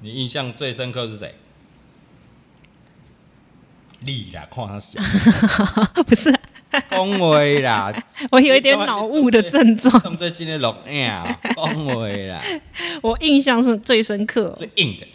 你印象最深刻是谁？你啦，看他 小，不是啊，恭维啦，我有一点脑雾的症状。他们最近的录影啊，恭维啦，我印象是最深刻哦、最硬的，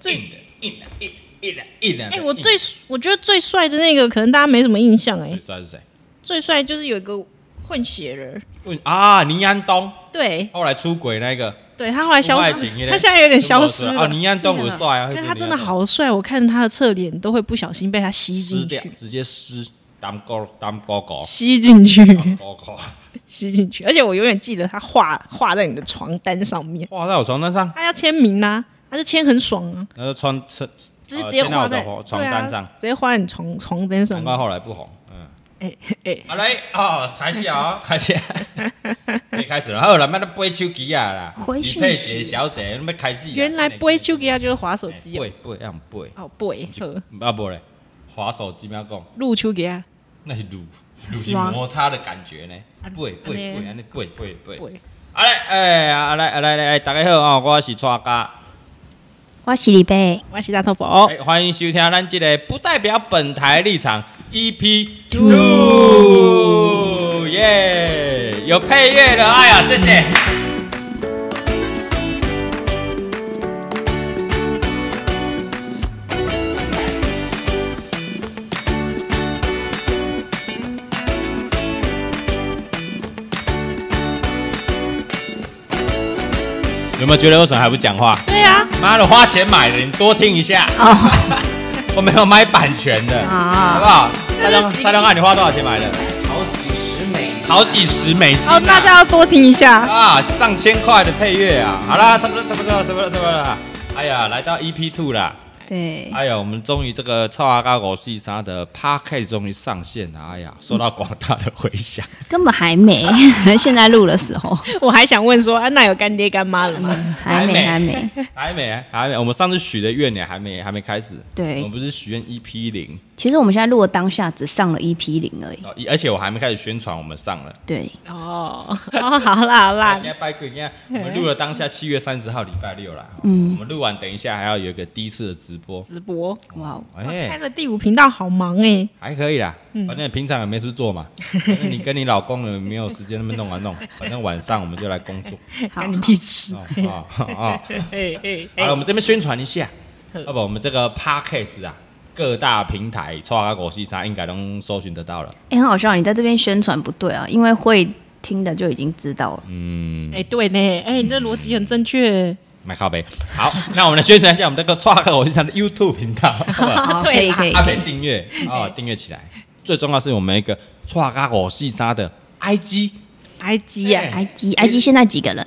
最硬的，硬的，硬啊硬的，硬的。哎、我硬的最我觉得最帅的那个，可能大家没什么印象哎、最帅是谁？最帅就是有一个混血人，问啊，倪安东对后来出轨那个，对，他后来消婚外情失，那个他现在有点消失了。哦，倪安东不帅啊，但是倪他安真的东好帅，我看他的侧脸都会不小心被他吸湿进掉，去，直接湿，当狗当狗狗，吸进去，当狗狗， 吸进去。而且我永远记得他画画在你的床单上面，画在我床单上，他要签名啊，他就签很爽啊，然后穿穿，就是呃直接签到画我的在、啊床床单上对，啊，直接画在你床床单上难怪面。后来不红。嗯，哎哎，好嘞，哦，开始啊，开始， 可以开始了。好了，妈的，背手机啊啦，回李讯佩息杰小姐，你们开始啊。原来背手机啊就是滑手哎机哦，背背让背，哦背呵，啊不嘞，滑手机咩讲，入手机啊那是乳乳是是吗摩擦的感觉呢。背背这样背，安尼背背背。背，啊嘞，哎，啊来啊来来，大家好啊，我是蔡家。我是李贝，我是大头佛哎，欢迎收听咱这个不代表本台立场 E EP Two，耶！有配乐了，哎呀，谢谢。有没有觉得为什么还不讲话？对啊，妈的，花钱买的，你多听一下。 我没有买版权的，好不好？蔡东蔡东汉，你花多少钱买的？好几十美金，好几十美金、啊。哦，大家要多听一下。啊，上千块的配乐啊！好啦，差不多，差不多，差不多，差不多啦。哎呀，来到 EP Two 啦。对，哎呀，我们终于这个《超阿高狗四三》的 p a r k 终于上线了。哎呀，受到广大的回响。根本还没， 现在录的时候我还想问说，安、娜有干爹干妈了吗？还没，还还没，还没，还没。我们上次许的愿呢，还没，还没开始。我对们。不是许愿 EP 零，其实我们现在录的当下只上了 EP 零而已，哦而且我还没开始宣传我们上了。对，嗯哦，哦，好啦好啦人，家啊拜鬼，人家我们录了当下七月三十号礼拜六啦。嗯，我们录完等一下还要有一个第一次的直播，直播、哇哦，哎、哦哇开了第五频道，好忙哎、还可以啦。反正平常也没事做嘛，反正你跟你老公也没有时间那么弄啊弄，反正晚上我们就来工作。好干你屁事！哦哦哦， 哎哎好了，哎我，们这边宣传一下，要不我们这个 podcast 啊，各大平台《创阿国西沙》应该都搜寻得到了。哎、很好笑，你在这边宣传不对啊，因为会听的就已经知道了，嗯哎，对呢，哎，你这逻辑很正确。买靠背。好，那我们来宣传一下我们这个《创阿国西沙》的 YouTube 频道。好不好好，可哦对以啦可以，阿北啊订 阅哦，订阅起来。最重要是我们一个跨嘎狗细沙的 IG，IG I G 啊呀，哎 IG IG 现在几个人？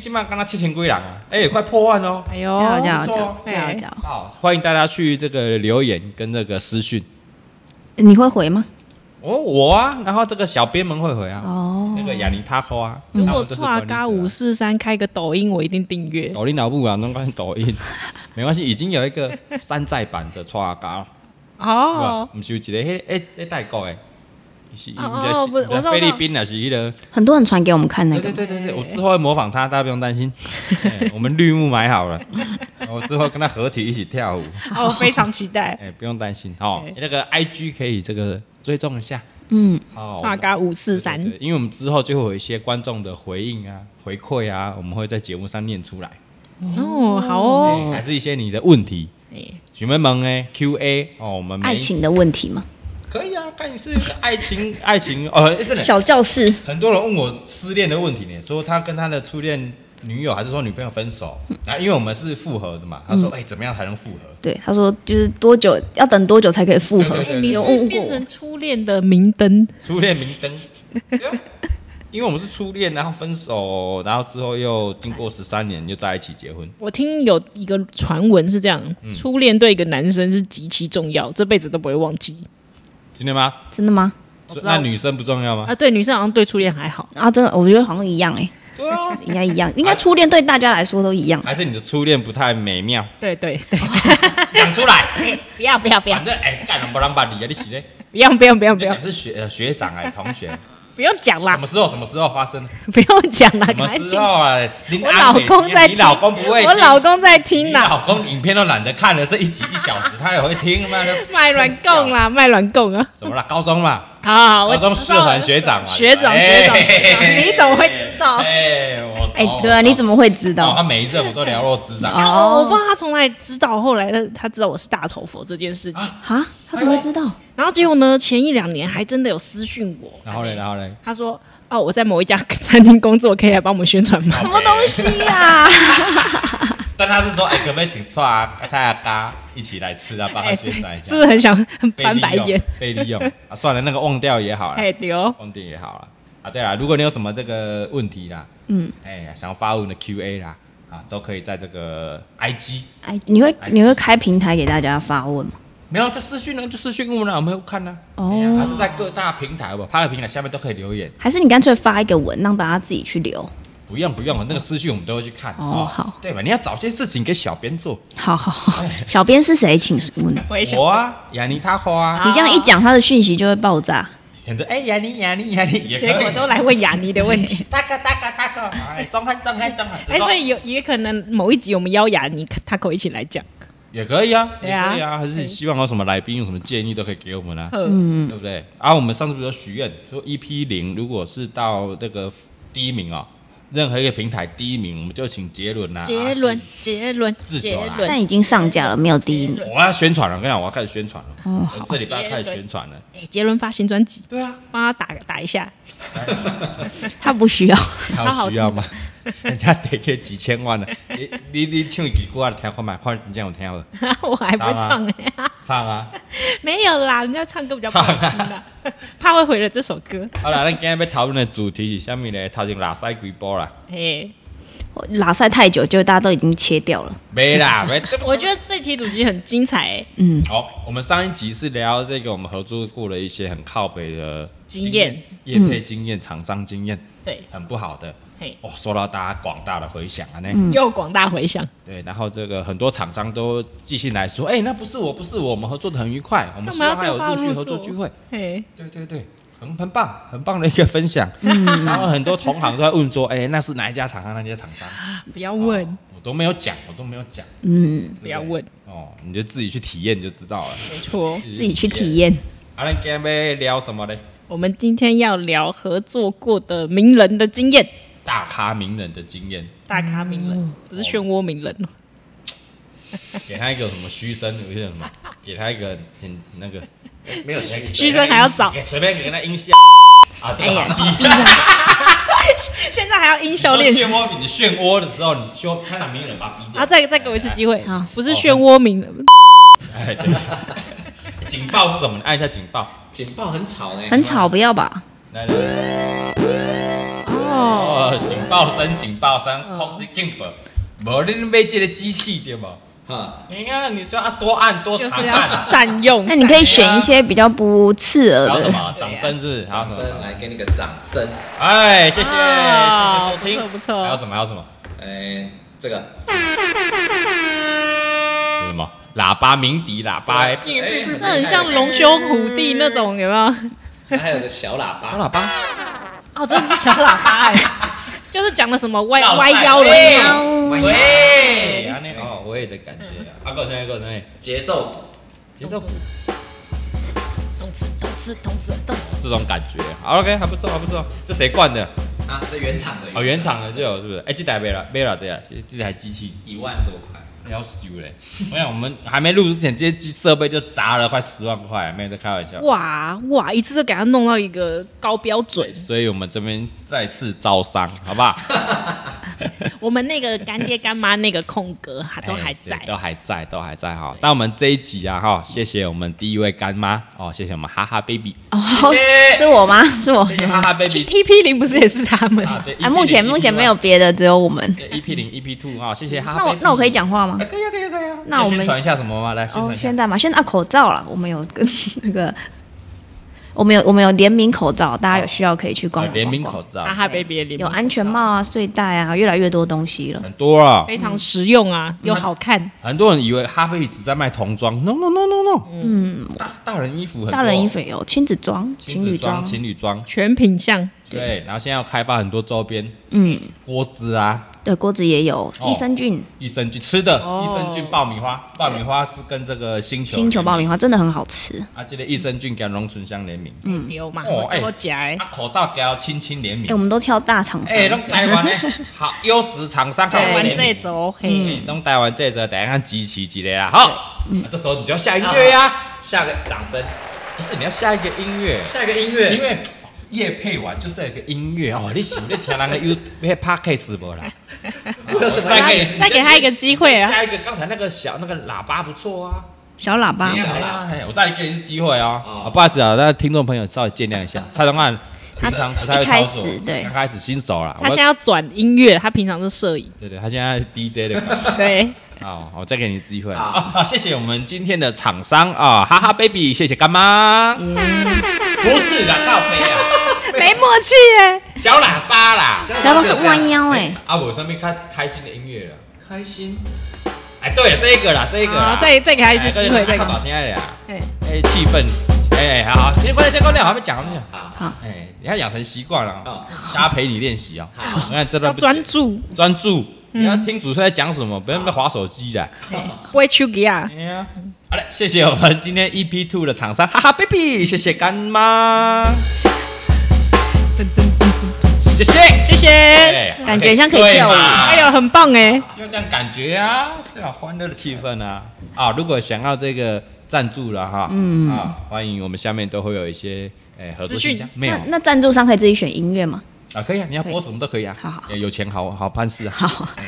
今晚刚刚七千归人啊，哎，快破万哦！哎呦，加油加油不加错油加哎油加油！好，欢迎大家去这个留言跟这个私讯你会回吗？哦，我啊，然后这个小编们会回啊，哦，那个雅尼塔扣啊，如他果们就是管错理者啊嘎五四三开个抖音，我一定订阅。抖音老布啊，弄关抖音， 没关系，已经有一个山寨版的跨嘎，对吧哦，？不是有一个迄诶诶泰国诶，是，哦不是哦不不我知道是菲律宾还是迄个。很多人传给我们看那对个对，对对对，我之后会模仿他，大家不用 担心。哎我们绿幕买好了，我之后跟他合体一起跳舞，哦，我非常期待。哎，不用担心。哦哎，那个 IG 可以这个追踪一下。嗯，哦，错嘎五四三对，对对因为我们之后就会有一些观众的回应啊、回馈啊，我们会在节目上念出来。哦，好哎，哦，还是一些你的问题，哎许妹萌哎 QA 哦，我们每爱情的问题吗？可以啊，看你是爱情爱情哦，哎真的小教室，很多人问我失恋的问题呢，说他跟他的初恋女友还是说女朋友分手，啊，因为我们是复合的嘛，他嗯说哎、怎么样才能复合？对，他说就是多久要等多久才可以复合对？对哎，你对是有问过我变成初恋的明灯，初恋明灯， 对啊因为我们是初恋，然后分手，然后之后又经过十三年又在一起结婚，我听有一个传闻是这样，嗯初恋对一个男生是极其重要，这辈子都不会忘记今天吗？真的吗？我不知道那女生不重要吗？啊。对，女生好像对初恋还好，啊，真的，我觉得好像一样哎、对啊，应该一样，应该初恋对大家来说都一样。还是你的初恋不太美 妙？对对对，讲出来， 不要不要不要反正哎，干了不让把你啊，你洗嘞，不要不要不要不就要讲，是学呃学长哎同学，不用讲什啦么，时候什么时候发生？不用讲啦，什么赶时紧。候啊？你我老公在你听，老公不会听，我老公在你听啦，老公影片都懒得看了，这一集一小时他也会听 吗？卖软供啦，卖软供啊。什么啦？高中嘛，好好好，高我中知社道了团学长嘛，学长哎学 长学哎长，你怎么会知道？哎，我哎、对啊，你怎么么会知道？他每一任我都了若指掌。哦，我哦不知道他从哪里知道，后来他他知道我是大头佛这件事情，啊，他怎么会知道？然后结果呢，前一两年还真的有私讯我，然后嘞，然后嘞，他说哦，我在某一家餐厅工作，可以来帮我们宣传吗？什什么东？西呀、但他是说，哎，可不可以请蔡啊、蔡啊、嘎一起来吃啊，帮他 哎，宣对，传一是下不？是很想很被利翻白用眼？被利用啊！算了，那个忘掉也好了，哎，对哦，忘掉也好了啊。对啦，如果你有什么这个问题啦，嗯，哎，想要发问的 Q&A 啦，啊，都可以在这个 IG 哎，你会你会开平台给大家发问吗？没有，就私讯呢，就私讯问了，我没有看呢。哦他是在各大平台吧，他的平台下面都可以留言。还是你干脆发一个文让大家自己去留？不用不用，那个私讯我们都会去看。哦好，对嘛，你要找些事情给小编做。好 好好，小编是谁？请问。我也想我啊，雅尼他花啊，你这样一讲，他的讯息就会爆炸。很多哎，雅尼雅尼雅尼也可 结果以。都来问雅尼的问 题。大哥大哥大哥，哎，中汉中汉中汉。 哎，所以有也可能某一集我们邀雅尼、他可一起来讲。也可以啊，对也啊可以啊，还是希望有什么来宾有什么建议都可以给我们啊，嗯，对不对？啊，我们上次不是有许愿，说 EP 零如果是到那个第一名哦，任何一个平台第一名，我们就请杰伦啊，杰伦，杰伦，自杰求啊啦伦但，已经上架了，没有第一名。阿 信，我要宣传了，我跟你讲，我要开始宣传了，哦，我好，这礼拜要开始宣传了，哎，杰伦发新专辑，对啊，帮他打打一下。 他不需要。还有需要吗？ 人家得给几千万呢，你你你唱几句啊？听看嘛，看你这样有听了，我还不会唱哎、唱啊！没有啦，人家唱啊歌比较不好听啦，怕会毁了这首歌。好啦，咱今天要讨论的主题是啥物呢？头前拉塞几波啦？哎、我拉塞太久，就大家都已经切掉了。没 啦，没。我觉得这题主题很精彩、欸，好，我们上一集是聊这个我们合作过的一些很靠北的经验、嗯业配经验、厂商经验，对，很不好的嘿，哦，受到大家广大的回响啊，那、又广大回响，对，然后这个很多厂商都寄信来说，哎、那不是我，不是我，我们合作的很愉快，我们干希嘛要望还有对话陆续入合作座聚会，嘿，对对对。很很棒，很棒的一个分享。嗯 然后很多同行都在问说：“哎、那是哪一家厂商？那家厂商不要？”问，哦我都没有讲，我都没有讲。嗯，不要问，哦，你就自己去体验就知道了。没错。哦自自己去体。验。啊，那今天要聊什么呢？我们今天要聊合作过的名人的经验，大咖名人的经验，大咖名人、不是漩涡名人哦，给他一个什么嘘声，有一些什么，给他一个请那个没有嘘嘘声还要找，随便给他音效啊，这哎个呀好。， 逼他！现在还要音效你练说漩习。涡，你漩涡的时候，你就看到名人把他逼掉。啊，再再给我一次机会好，不是漩涡名人，哎，对。警报是什么？你按一下警报。警报很吵呢，很吵，不要吧？来来来，哦，哦，警报声，警报嗯声，Toxic g i m b a 无恁买这个机器对无？哈，你看，你说啊，多按多就长是要按。善用。那你可以谁啊选一些比较不刺耳然后什的。么？掌声是不是？好掌声来给你个掌声，哎，谢谢，谢哦谢收听，不错不错还有什么？还有什么？哎，这个， 有什么？喇叭鸣笛，喇叭，哎哎，这很像龙兄虎弟那种，有没有？那还有个小喇小叭，喇叭， 哦，真的是小喇叭哎、 就是讲了什么歪绕赛歪腰了，喂是吗喂，啊那哦，我也的感觉啊，啊，够声音，够声音，节奏节奏动次动次动次动次，这种感觉，好，OK，还不错，还不错，这谁灌的？啊，这原厂的，哦，原厂的就有，是不是？哎，这台没了，没了，这台是这台机器一万多块，要修 嘞，我想我们还没录之前，这些机设备就砸了快十万块，没有在开玩笑。哇哇，一次就给他弄到一个高标准。 所以我们这边再次招商，好不好？我们那个干爹干妈那个空格还都还在哎对， 都还在，都还在哈。但我们这一集啊哈，谢谢我们第一位干妈哦，谢谢我们哈哈 baby，哦谢，是我吗？是我。谢谢哈哈 baby。一 P 零不是也是他们？啊，对，啊，目前目前没有别的，只有我们。 EP ，E 零 EP two 哈，谢谢哈哈那我 baby 那我可以，讲话吗哎？可以啊可以啊可以啊。那要我们宣传一下什么吗？来宣哦，传一下 现在嘛，现在啊口罩了，我们有跟那个我们有我们有联名口罩，大家有需要可以去逛呃逛哦联名口罩啊哈哈 baby 的联名有安全帽啊、睡袋啊，越来越多东西了。很多啊，非常实用啊，又好看。很多人以为哈贝只在卖童装，no no no no no，嗯，大大人衣服很多，大人衣服也有亲子装、亲情子侣装、装，情侣装，全品相，对，然后现在要开发很多周边，嗯，锅子啊，对，锅子也有，哦益生菌、益生菌吃的，哦益生菌爆米花，爆米花是跟这个星球星球爆米米花真的很好吃。啊，这个益生菌跟龙醇香联名，嗯，丢嘛，哦哎我夹哎，啊，口罩给亲亲联哎、名我，们都挑大厂商，哎，拢台湾 的好优质厂商跟看我们完联这名。周，嘿，嗯，弄台湾这则，等一下集齐几类啦，好，那这时候你就要下音乐呀，下个掌声，不是你要下一个音乐，下一个音因乐，为夜配完就是有一个音乐哦，你喜欢听那个 U 那 podcast 不啦？有什 么再音给乐？你哦再给他一个机会啊！下一个刚才那个小那个喇叭不错啊，小喇叭没有好啦，嘿我再给你一次机会哦哦啊，不好意思啊，那听众朋友稍微见谅一下，蔡东汉平常不太会一开操始作，对刚开始新手啦，他我现在要转音乐，他平常是摄 影，对对，他现在是 DJ 的感觉。对，啊好，我再给你机会好啊！谢谢我们今天的厂商啊，哈哈 baby，谢谢干妈。不是啦，靠背啊，没默契哎，小喇叭啦。小喇叭是弯腰哎、啊，我上面开开心的音乐了。开心，哎，对了，这个啦，这个啊啦哎好，。再再给他一次机会，再再给搞他，现在的啊，哎，哎，气氛，哎，好，好先关掉，先关掉，还没讲，还没讲。好，哎，你要养成习惯了啊哦，大家陪你练习啊。你看这段要不专嗯注，专注，你要听主持人在讲什么，不要在那边划手机的。不会出给啊，哎呀，好嘞，谢谢我们今天 EP Two 的厂商，哈哈 baby，谢谢干妈，噔噔噔噔，谢谢，谢谢，哎啊感觉像可以跳舞对嘛哎呦，很棒哎，就这样感觉啊，这样欢乐的气氛啊啊！如果想要这个赞助了哈，嗯啊，欢迎我们下面都会有一些哎合作资讯信箱，没有那那赞助商可以自己选音乐吗？啊，可以啊，你要播什么都可以啊，好好哎有钱好好办事啊，好，嗯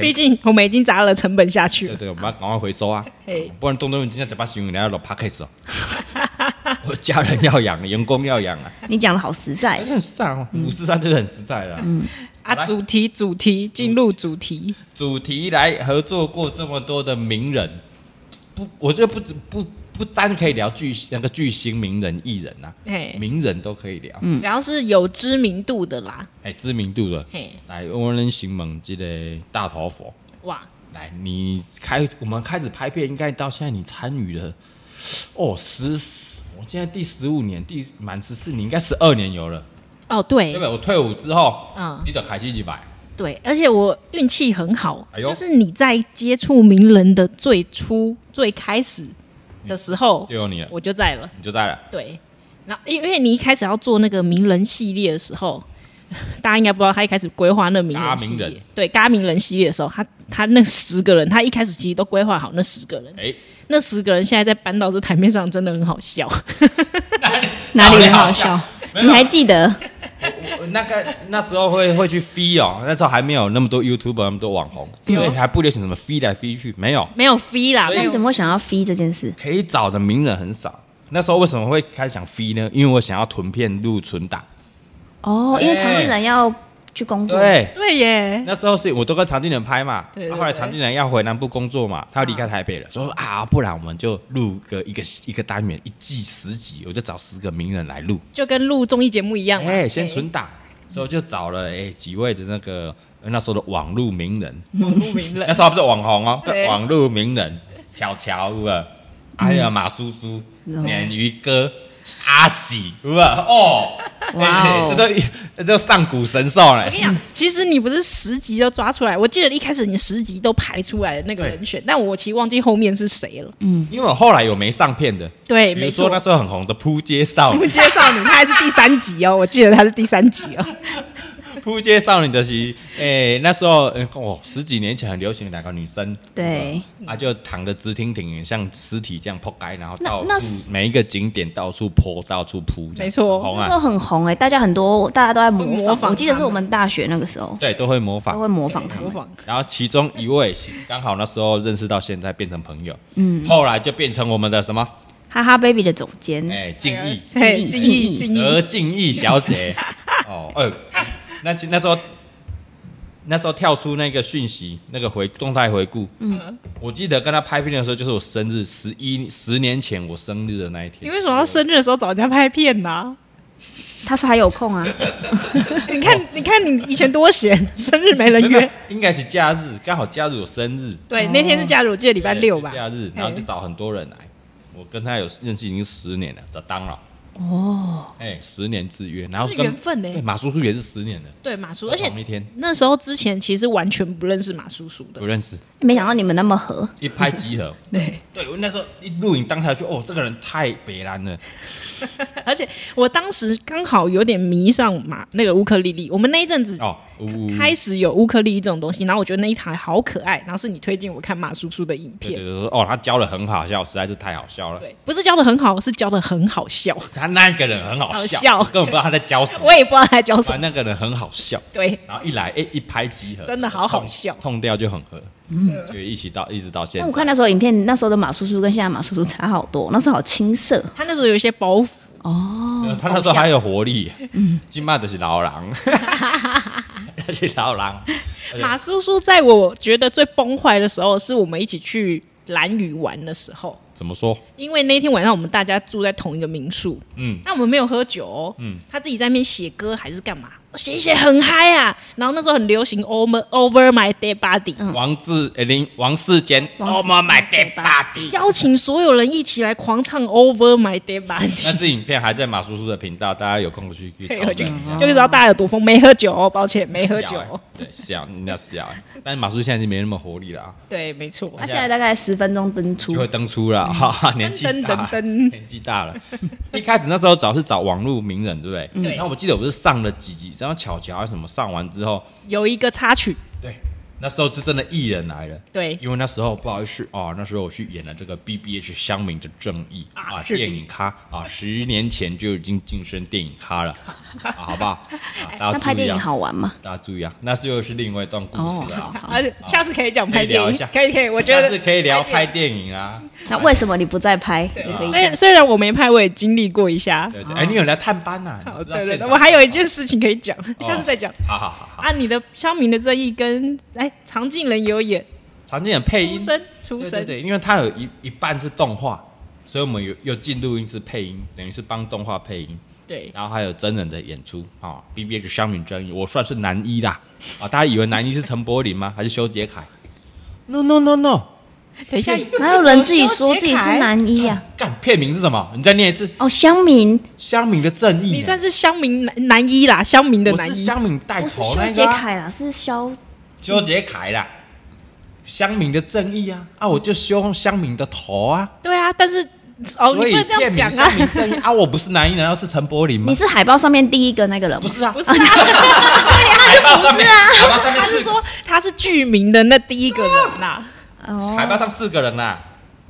毕竟我们已经砸了成本下去对了，对，我们要赶快回收啊嘿，不然动动今天嘴巴形容你要老 p a c k a g e 哦， 我家人要养，员工要养啊。你讲的好实在而且，很实在哦，五四三就是很实在了。啊，主题主题进入主题，主题来合作过这么多的名人，不，我觉得不止不不单可以聊巨那个巨星名人艺人啊，嘿，名人都可以聊。只要是有知名度的啦，哎，知名度的，嘿，来我们行猛这个大头佛，哇，来你开我们开始拍片，应该到现在你参与了哦十。我现在第十五年，第满十四年，应该十二年有了，哦对对不，对？我退伍之后，嗯你得开始一百，对，而且我运气很好，哎呦就是你在接触名人的最初、最开始的时候，就有你了，我就在了。你就在了。对，然后因为你一开始要做那个名人系列的时候， 大家应该不知道他一开始规划那名人系嘎名列人，对，嘎名人系列的时候，他他那十个人，他一开始其实都规划好那十个人，哎， 那十个人现在在搬到这台面上，真的很好笑。哪里很好好笑？没有你还记得？我那个那时候会会去飞哦，那时候还没有那么多 YouTube 那么多网红，哦因为还不流行什么飞来飞去，没有 没有 V 啦，所以那没你有怎么会想要飞这件事？可以找的名人很少。那时候为什么会开始想飞呢？因为我想要囤片录存档。哦，因为常进人要去工作，哎对，对耶，那时候是我都跟常进人拍嘛，对对啊后来常进人要回南部工作嘛，他要离开台北了，所以说啊，不然我们就录个一个一个单元一季十集，我就找十个名人来录。就跟录综艺节目一样嘛，哎、先存档，所以我就找了哎、几位的那个呃那时候的网络名人，网络名那人，时候还不是网红哦， 对网络名人，巧巧有啊，还有马叔叔、嗯鲶鱼哥、阿喜有啊，哦，哇哎哦 这都这都上古神兽嘞哎我跟。你讲，其实你不是十集都抓出来，我记得一开始你十集都排出来的那个人选，但我其实忘记后面是谁了。因为我后来有没上片的，对，比如哎没说错那。时候很红的扑街少不 女，介绍你，他还是第三集哦，我记得他是第三集哦。扑街少女的是，哎，那时候哎哦十几年前很流行的两个女生，对，啊就躺得直挺挺，像尸体这样扑街，然后那到那处每一个景点到处泼，到处扑，这样没错很红那时候啊，很红哎、大家很多大家都在模模仿，仿他们我记得是我们大学那个时候对，都会模仿都。会模仿他模们。仿然后其中一位刚好那时候认识到现在变成朋友，嗯，后来就变成我们的什么？哈哈 baby 的总监，哎、敬意，嘿，敬敬 意意，敬何意， 呃敬意小姐。哦，哎、那那那时候那时候跳出那个讯息，那个回动态回顾，嗯，我记得跟他拍片的时候，就是我生日十一十年前我生日的那一天。你为什么要生日的时候找人家拍片呢、他是还有 空啊，你看，你看你以前多闲，生日没人没有？没有约。应该是假日，刚好假日我生日，对，那天是假日，我记得礼礼拜六吧。哦假日，然后就嘿找很多人来。我跟他有认识已经十年了，找当了。哦，哎，十年之约，然后是跟缘分欸对，马叔叔也是十年了，对马叔，而且同一天那时候之前其实完全不认识马叔叔的不。认识，没想到你们那么合，一拍即合。对，对我那时候一录影当下就哦，这个人太北蓝了，而且我当时刚好有点迷上马那个乌克丽丽，我们那一阵子哦，呜开始有乌克丽丽这种东西，然后我觉得那一台好可爱，然后是你推荐我看马叔叔的影对对片，对说哦，他教的很好笑，实在是太好笑了。对，不是教的很好，是教的很好笑，他那个人很好笑，好笑我根本不知道他在教什么。 我也不知道他在教什啊，么，那个人很好笑，对，然后一来哎、一拍即合，真的好好笑痛痛掉就很合，嗯，就一起到一直到现但在。我看那时候影片，那时候的马叔叔跟现在马叔叔差好多，那时候好青涩啊他那时候有一些包袱，哦呃。他那时候还有活力，嗯，今麦就是老狼，他是老狼，马叔叔在我觉得最崩坏的时候，是我们一起去蓝屿玩的时候。怎么说？因为那天晚上我们大家住在同一个民宿，嗯，那我们没有喝酒、哦，嗯他自己在那边写歌还是干嘛，写一写很嗨啊。然后那时候很流行 Over Over My Dead Body，、王志呃林王世坚王世，Oh my dead 王 body，邀请所有人一起来狂唱 Over My Dead 那 Body。支影片还在马叔叔的频道，大家有空去去可以找有一下。就知道大家有多疯，没喝酒、哦，抱歉，没喝酒 笑欸。对，笑，你要笑欸。但是马叔现在是没那么活力啦，对，没错。他现在大概十分钟登出就，会登出了，哈哈，年纪大了噔噔，噔 年纪大了。一开始那时候找是找网络名人，对不对？对然后我记得我不是上了几集，然后巧巧啊什么上完之后，有一个插曲，对，那时候是真的艺人来了。对，因为那时候不好意思啊，那时候我去演了这个 B B H 乡民的正义啊啊，是的电影咖啊，十年前就已经晋升电影咖了，啊，好不好？啊，大那家拍注意电影啊，好玩吗？大家注意啊，那是又是另外一段故哦事了啊。而且下次可以讲可以拍电聊一影下，，可以可以，我觉下次得哎可以聊拍电影啊。那为什么你不再拍？也可以虽讲。然虽然我没拍，我也经历过一下。对对，哎，你有来探班呐？好，你知道哦对对现对，场我还有一件事情可以讲，下次再讲。好好好好，啊，你的乡民的正义跟哎常进人有演常见的配出音，生出对对生，对，因为它有一一半是动画，所以我们有又进录音室配音，等于是帮动画配音，对然后还有真人的演出啊。B B H 商品争议，我算是男一啦啊！大家以为男一是陈柏霖吗？ 还是修杰楷？No No No No，等一下哪有人自己说自己是？男一啊？干片名是什么？你再念一次，《哦，乡民乡民的正义》。你算是乡民男男一啦，乡民的我男是一。乡民带不是头修那杰个啊，楷啦，是肖修杰楷啦，乡民的正义啊啊！我就修乡民的头啊。对啊，但是哦，所你以不能这片样名讲乡民啊，正义啊！我不是男一，难道是陈柏霖吗你？是海报上面第一个那个人不吗？是啊， 不是啊，海报上面，海报上面他是四说他是剧名的那第一个人啊啦。哦，海报上四个人呐，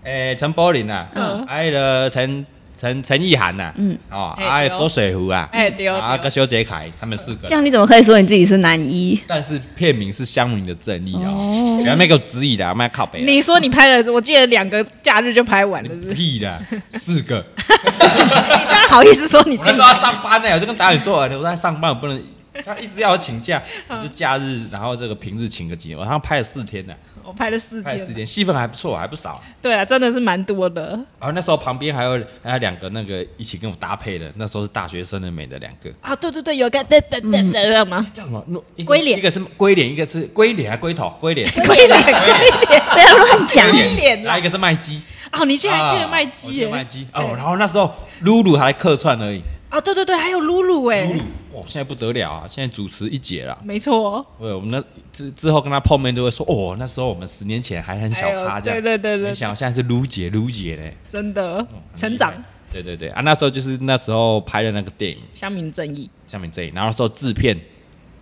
诶，陈柏霖啊呐嗯，还有了陈陈陈意涵呐，嗯，哦，哎还有对郭水湖啊，哎对哦啊，对哦跟修杰楷他们四个这。样你怎么可以说你自己是男 一？但是片名是乡民的正义哦，不要那个质疑啦，卖靠北啦，啊你说你拍了，我记得两个假日就拍完了，是不是？屁啦，四个。你这样好意思说你我那自己时候要上班呢，我就跟导演说，哎我在上班，我不 能。他一直要我请假，嗯我就假日，然后这个平日请个几，我好像拍了四天呢，我拍了四拍了四天？天，戏份还不错，还不少。对啊，真的是蛮多的然后那时候旁边还有还有两个那个一起跟我搭配的，那时候是大学生的美的两个，啊。对对对，有个对对对嗯对对吗？叫什么？诺哦一个龟脸一个是龟脸，一个是龟脸还龟头，龟脸，不要不要乱讲，龟脸啦然后一个是麦基，哦，你竟然记得啊麦我基记得耶？麦基哦。然后那时候露露还在客串而已，啊，对对对，还有露露哎露，露哇，现在不得了啊，现在主持一姐了。没错，哦对，我们那之之后跟她碰面都会说，哦，那时候我们十年前还很小哎咖呦这样，对对对对没想到现在是露姐露姐嘞，真的哦很成厉长害。对对对啊，那时候就是那时候拍的那个电影。乡民正义，下面这里，然后说制片，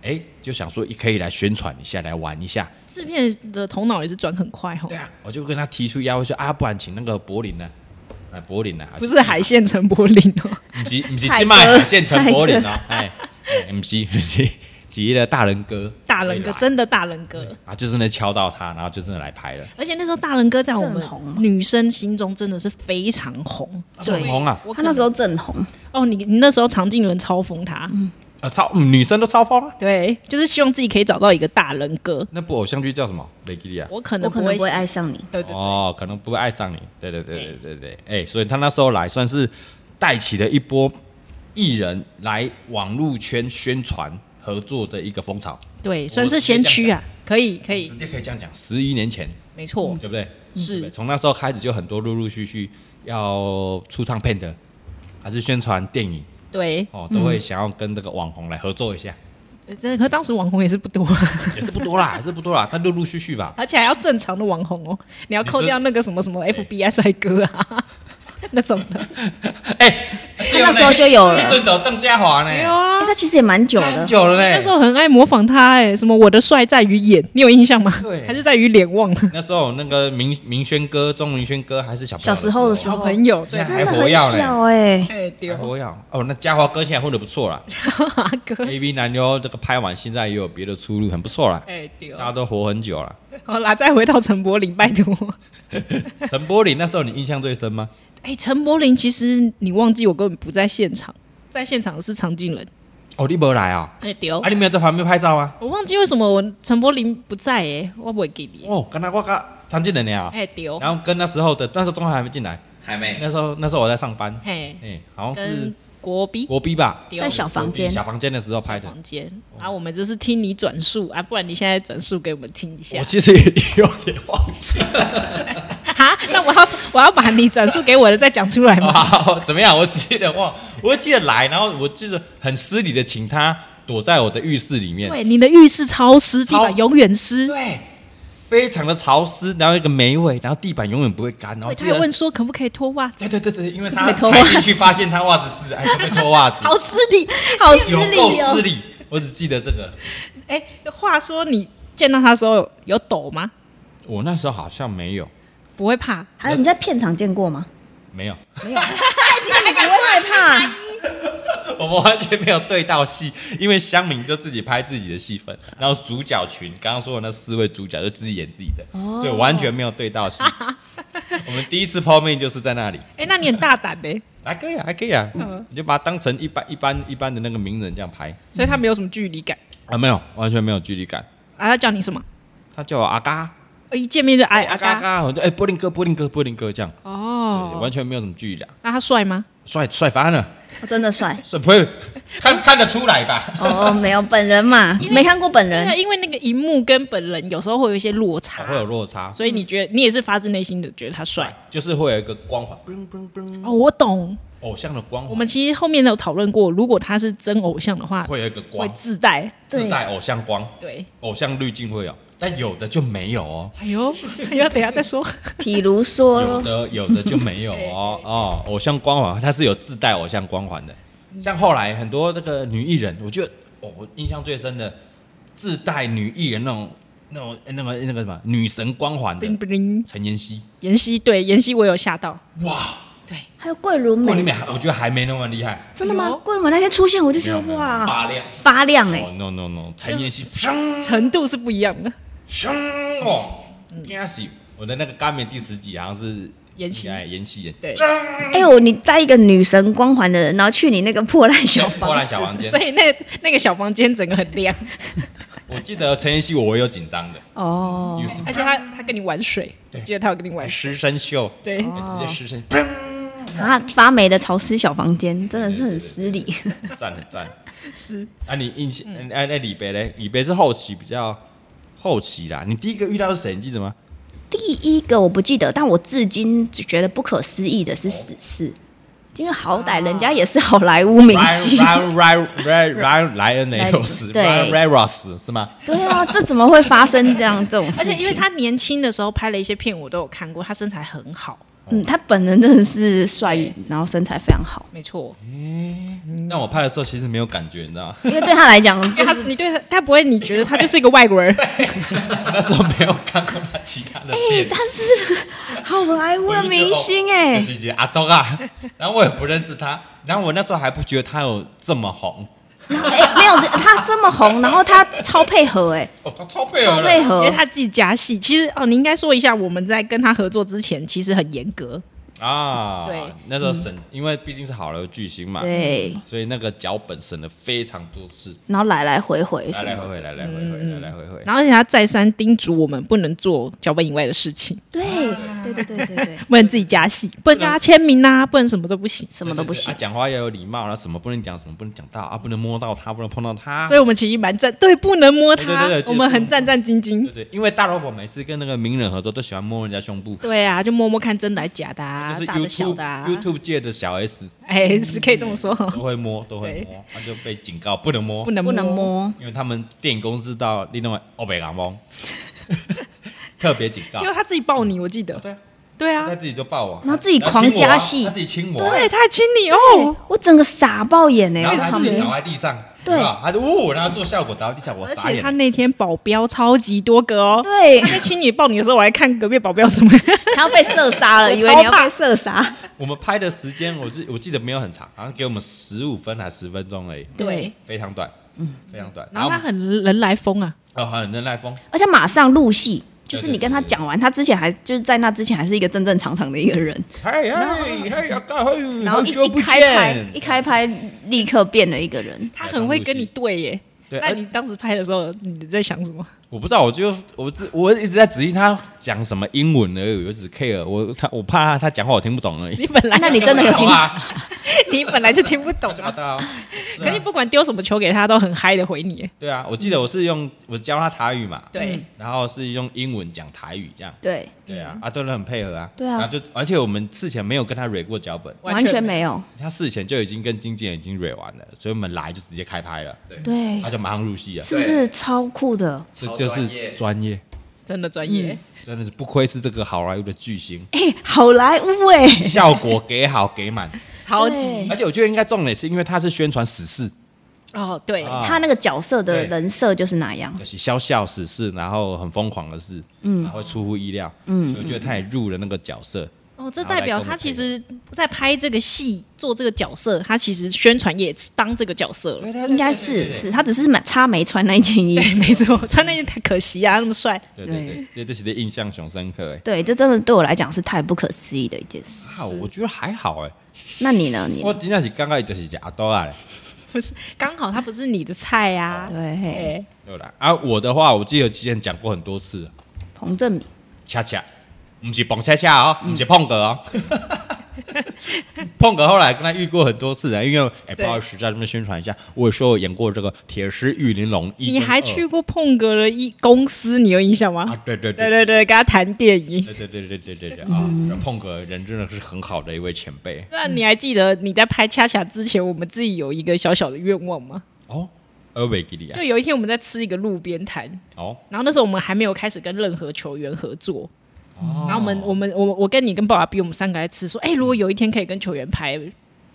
哎，就想说也可以来宣传一下，来玩一下。制片的头脑也是转很快哦吼对，啊，我就跟他提出邀约说啊，不然请那个柏林呢、哎，柏林呢、不是啊海线陈柏霖哦，不 是不是海金麦哥海县城柏林啊，哎，哎不是不 是，是一个大人哥，大人会哥来真的大人哥，啊，就真的敲到他，然后就真的来拍了，而且那时候大人哥在我正红啊们吗女生心中真的是非常红。很红啊，我他那时候候正红，哦，你你那时候常进人嘲讽他，呃超、嗯女生都超疯了。对，就是希望自己可以找到一个大人格。那部偶像剧叫什么？雷吉利亚。我可我能可不能会，不会爱 上你。对对对，哦，可能不会爱上你。对对对对对对，哎、所以他那时候来算是带起了一波艺人来网络圈宣传合作的一个风潮，对，算是先驱啊，可以可以直，接可以这样讲，十一年前，没嗯错，对不对？是对不对从那时候开始就很多陆陆续续要出唱片的，还是宣传电影对，哦，都会想要跟这个网红来合作一下，呃真的，可当时网红也是不多，啊也是不多啦，还是不多啦，但陆陆续续吧。 而且还要正常的网红哦，你要扣掉那个什么什么 FBI 帅哥啊 那种的，哎，他那时候就有了啊一直有邓家华呢，没有啊哎，，他其实也蛮久很的，久了那时呢。候很爱模仿他哎，什么我的帅在于眼，你有印象吗？对还是在于脸忘？那时候那个明明轩哥、钟明轩哥还是小朋友小时候的时好候，朋友，对现，在真的还活很跃嘞小哎，哦哎丢还，活跃哦，那家华哥现在混的不错 啦阿哥， ，AV 男优这个拍完现在也有别的出路，很不错啦，哎丢大，家都活很久了。好啦，再回到陈柏霖，拜托。陈柏霖那时候你印象最深吗？哎，陈柏霖，其实你忘记我根本不在现场，在现场的是常静人。哦，你没来啊？哎哦丢啊，你没有在旁边拍照吗？我忘记为什么我陈柏霖不在哎、我不会给你。哦，刚才我刚常进人了啊，哎丢，然后跟那时候的那时候中华还没进来，还没那时候那时候我在上班，嘿，哎，好像是跟国宾国 B 吧，丢在小房间小房间的时候拍的。哦房间啊，我们就是听你转述啊，不然你现在转述给我们听一下我其实也有点忘记了，哈，那我要我要把你转述给我的再讲 出来 哦吗？好怎么样？我记得忘， 我记得来，然后我记得很失礼的请他躲在我的浴室里面，对，你的浴室超湿，地板超永远湿。对，非常的潮湿，然后一个霉味，然后地板永远不会干，然后对，他记还得问说可不可以脱袜子，对对对对，因为他可不可以踩脱袜进去发现他袜子湿， 哎，可不可以脱袜子？好失哦礼。好失有礼够失哦。礼，我只记得这个。哎，话说你见到他的时候有抖吗？我那时候好像没有，不会怕？还有你在片场见过吗？没有，你不会害怕？哦 我们完全没有对到戏，因为乡民就自己拍自己的戏份，然后主角群刚刚说的那四位主角就自己演自己的，哦所以完全没有对到戏。 我们第一次泡面就是在那里，哎，那你很大胆呢，还可以啊，还可以啊，嗯你就把它当成一般一般一般的那个名人这样拍所以他没有什么距离感啊，没有，完全没有距离感。啊。他叫你什么？他叫我阿嘎，呃一见面就哎阿嘎嘎嘎，我就哎波林哥波林哥波林哥这样，对哦。完全没有什么距离感，那他帅吗？帅帅翻了，我真的帅帅不 会看看得出来吧？哦，没有本人嘛，没看过本对啊，人，因为那个荧幕跟本人有时候会有一些落差，会有落差，所以你觉得你也是发自内心的觉得他帅就是会有一个光环，哦。我懂，偶像的光我环，们其实后面有讨论过，如果他是真偶像的话，会有一个光会，自带。自带偶像光，对，偶像滤镜会有，但有的就没有哦，哎呦，哎呦，等一下再 说。比如有嗯说，的有的就没有 哦哦，偶像光环它是有自带偶像光环的，嗯像后来很多这个女艺人，我觉得、哦、我印象最深的自带女艺人那种那种那个那个什么女神光环的冰冰，陈妍希，妍希，对，妍希我有吓到，哇，对，还有桂纶桂纶镁镁，还我觉得还没那么厉害，真的吗？桂纶镁那天出现，我就觉得没有哇，发亮。发亮哎、哦、n o no no，陈妍希，砰程度是不一样的。砰哦，惊死！我的那个《干面》第十集好像是嗯妍希哎，妍希演对，哎呦，你带一个女神光环的人，然后去你那个破烂 小《波房，兰小房间所》。以那那个小房间整个很亮，我记得陈妍希，我有紧张的，哦，有时而且他他跟你玩水，我记得他有跟你玩水。失身秀，对，哦哎直哦接失身， 啊，发霉的潮湿小房间真的是很失礼。赞很赞。是啊，你印象嗯哎哎，李白嘞，李白是后期比较后期啦。你第一个遇到是谁？你记得吗？第一个我不记得，但我至今觉得不可思议的是死侍，因为好歹人家也是好莱坞明星。 Ryan Ryan Ryan Ryan 莱 恩雷罗斯对，Ryan Reynolds 是吗？对啊，这怎么会发生这样这种而事且情？因为他年轻的时候拍了一些片，我都有看过，他身材很好，嗯，他本人真的是帅，然后身材非常好，没错。嗯但我拍的时候其实没有感觉，你知道吗？ 因为对他来讲就因为他是你对他，他不会你觉得他就是一个外国人，我那时候没有看过他其他的片。哎他是好莱坞我就的觉得明星哦哎、就是一些阿东啊， 然后我也不认识他，然后我那时候还不觉得他有这么红，然后哎、没有他这么红，然后他超配合哎、哦，他超配合配的，因合为他自己加戏。其实哦，你应该说一下，我们在跟他合作之前其实很严格，啊，对，嗯那时候审，因为毕竟是好莱坞巨星嘛，对，所以那个脚本审了非常多次，然后来来回回来什来么回回，来来嗯回回，来来回回。然后而且他再三叮嘱我们不能做脚本以外的事情，对对对对对对，不能自己加戏，不能叫他签名啊，不能什么都不行。什么都不对对行啊，。讲话要有礼貌，然后什么不能讲，什么不能讲到啊，不能摸到他，不能碰到他。所以我们其实蛮赞，对，不能摸啊对对对他对记，得我们很战战兢兢对。对，因为大老板每次跟那个名人合作，都喜欢摸人家胸部，对啊，就摸摸看真的还假就的啊是，大的小 YouTube 的啊， YouTube 界的小 S 哎，是可以这么说，都会摸，都会摸，他就被警告不能摸 不，能不能摸，因为他们电影公司到另外欧北狼翁， 特别 警告结。果他自己抱你，我记得。对啊对啊他，自己就抱我，然后自己他狂亲我啊加戏他自己亲我啊，对，他还亲你哦，哎我整个傻爆眼哎、然欸，后在他旁自己边倒在地上，对有没有他就呜，然后做效果倒在地上，我而傻且眼他。那天保镖超级多个哦。 对他，在亲你抱你的时候，我还看隔壁保镖怎么 样。他要被射杀了，我呃以为你超要怕被射杀。我们拍的时间，我记我记得没有很长，好像给我们十五分还十分钟而已，对，非常短，嗯，非常短。然后他很人来疯啊，哦，很能耐风，而且马上入戏，就是对对你跟他对对讲完，他之前还就是在那之前还是一个正正常常的一个人，嘿嘿嘿，要干嘿，然后好一久一不开拍见一开拍立刻变了一个人。他很会跟你对耶。对，那而你当时拍的时候，你在想什么？ 我不知道，我就我只我一直在仔细他讲什么英文而已，我只 care 我他我怕他讲话我听不懂而已。你本来那你真的有听 好？吧，你本来就听不懂 就把啊。他可你不管丢什么球给他，都很嗨的回你耶。对啊，我记得我是用我教他台语嘛，对，然后是用英文讲台语这样。对，对啊，啊，都很配合啊。对啊然后就而且我们事前没有跟他蕊过脚本，完全没有。他事前就已经跟经纪人已经蕊完了，所以我们来就直接开拍了，对他，就马上入戏了。哎是不是超酷的？这超就是专业，真的专业。真的是不愧是这个好莱坞的巨星，哎、好莱坞哎、效果给好给满。超级而且我觉得应该重点是因为他是宣传史事，哦，对，啊他那个角色对的人设就是那样。就是笑笑史事，然后很疯狂的事，嗯，然后会出乎意料，嗯，所以我觉得他也入了那个角色，哦，这然后代来表跟我他们其配合实在拍这个戏、做这个角色，他其实宣传也当这个角色了。应该是是，他只是没差没穿那一 件衣服。对，没错，穿那件太可惜啊，那么帅。对对对，这这些的印象熊深刻哎。对，这真的对我来讲是太不可思议的一件事。啊，我觉得还好哎，那你呢？你呢我真的是刚刚就是吃阿多啊嘞，不是，刚好他不是你的菜啊。对，哎，对啦，啊，我的话我记得之前讲过很多次，彭正明，恰恰，不是蹦恰恰哦，不是碰哥哦。碰哥后来跟他遇过很多次的，因为哎，不对好意思，在这边宣传一下，我有说我演过这个《铁狮玉玲珑》一跟你二，还去过碰哥的一公司，你有印象啊吗？？对对对对对对，跟他谈电影。对对对对对对对啊！碰哥人真的是很好的一位前辈那你还记得你在拍《恰恰》之前，我们自己有一个小小的愿望吗？哦，欧维吉利亚就有一天我们在吃一个路边摊，哦，然后那时候我们还没有开始跟任何球员合作。哦然后我们我们我我跟你跟爸爸比，我们三个在吃说，哎、如果有一天可以跟球员拍，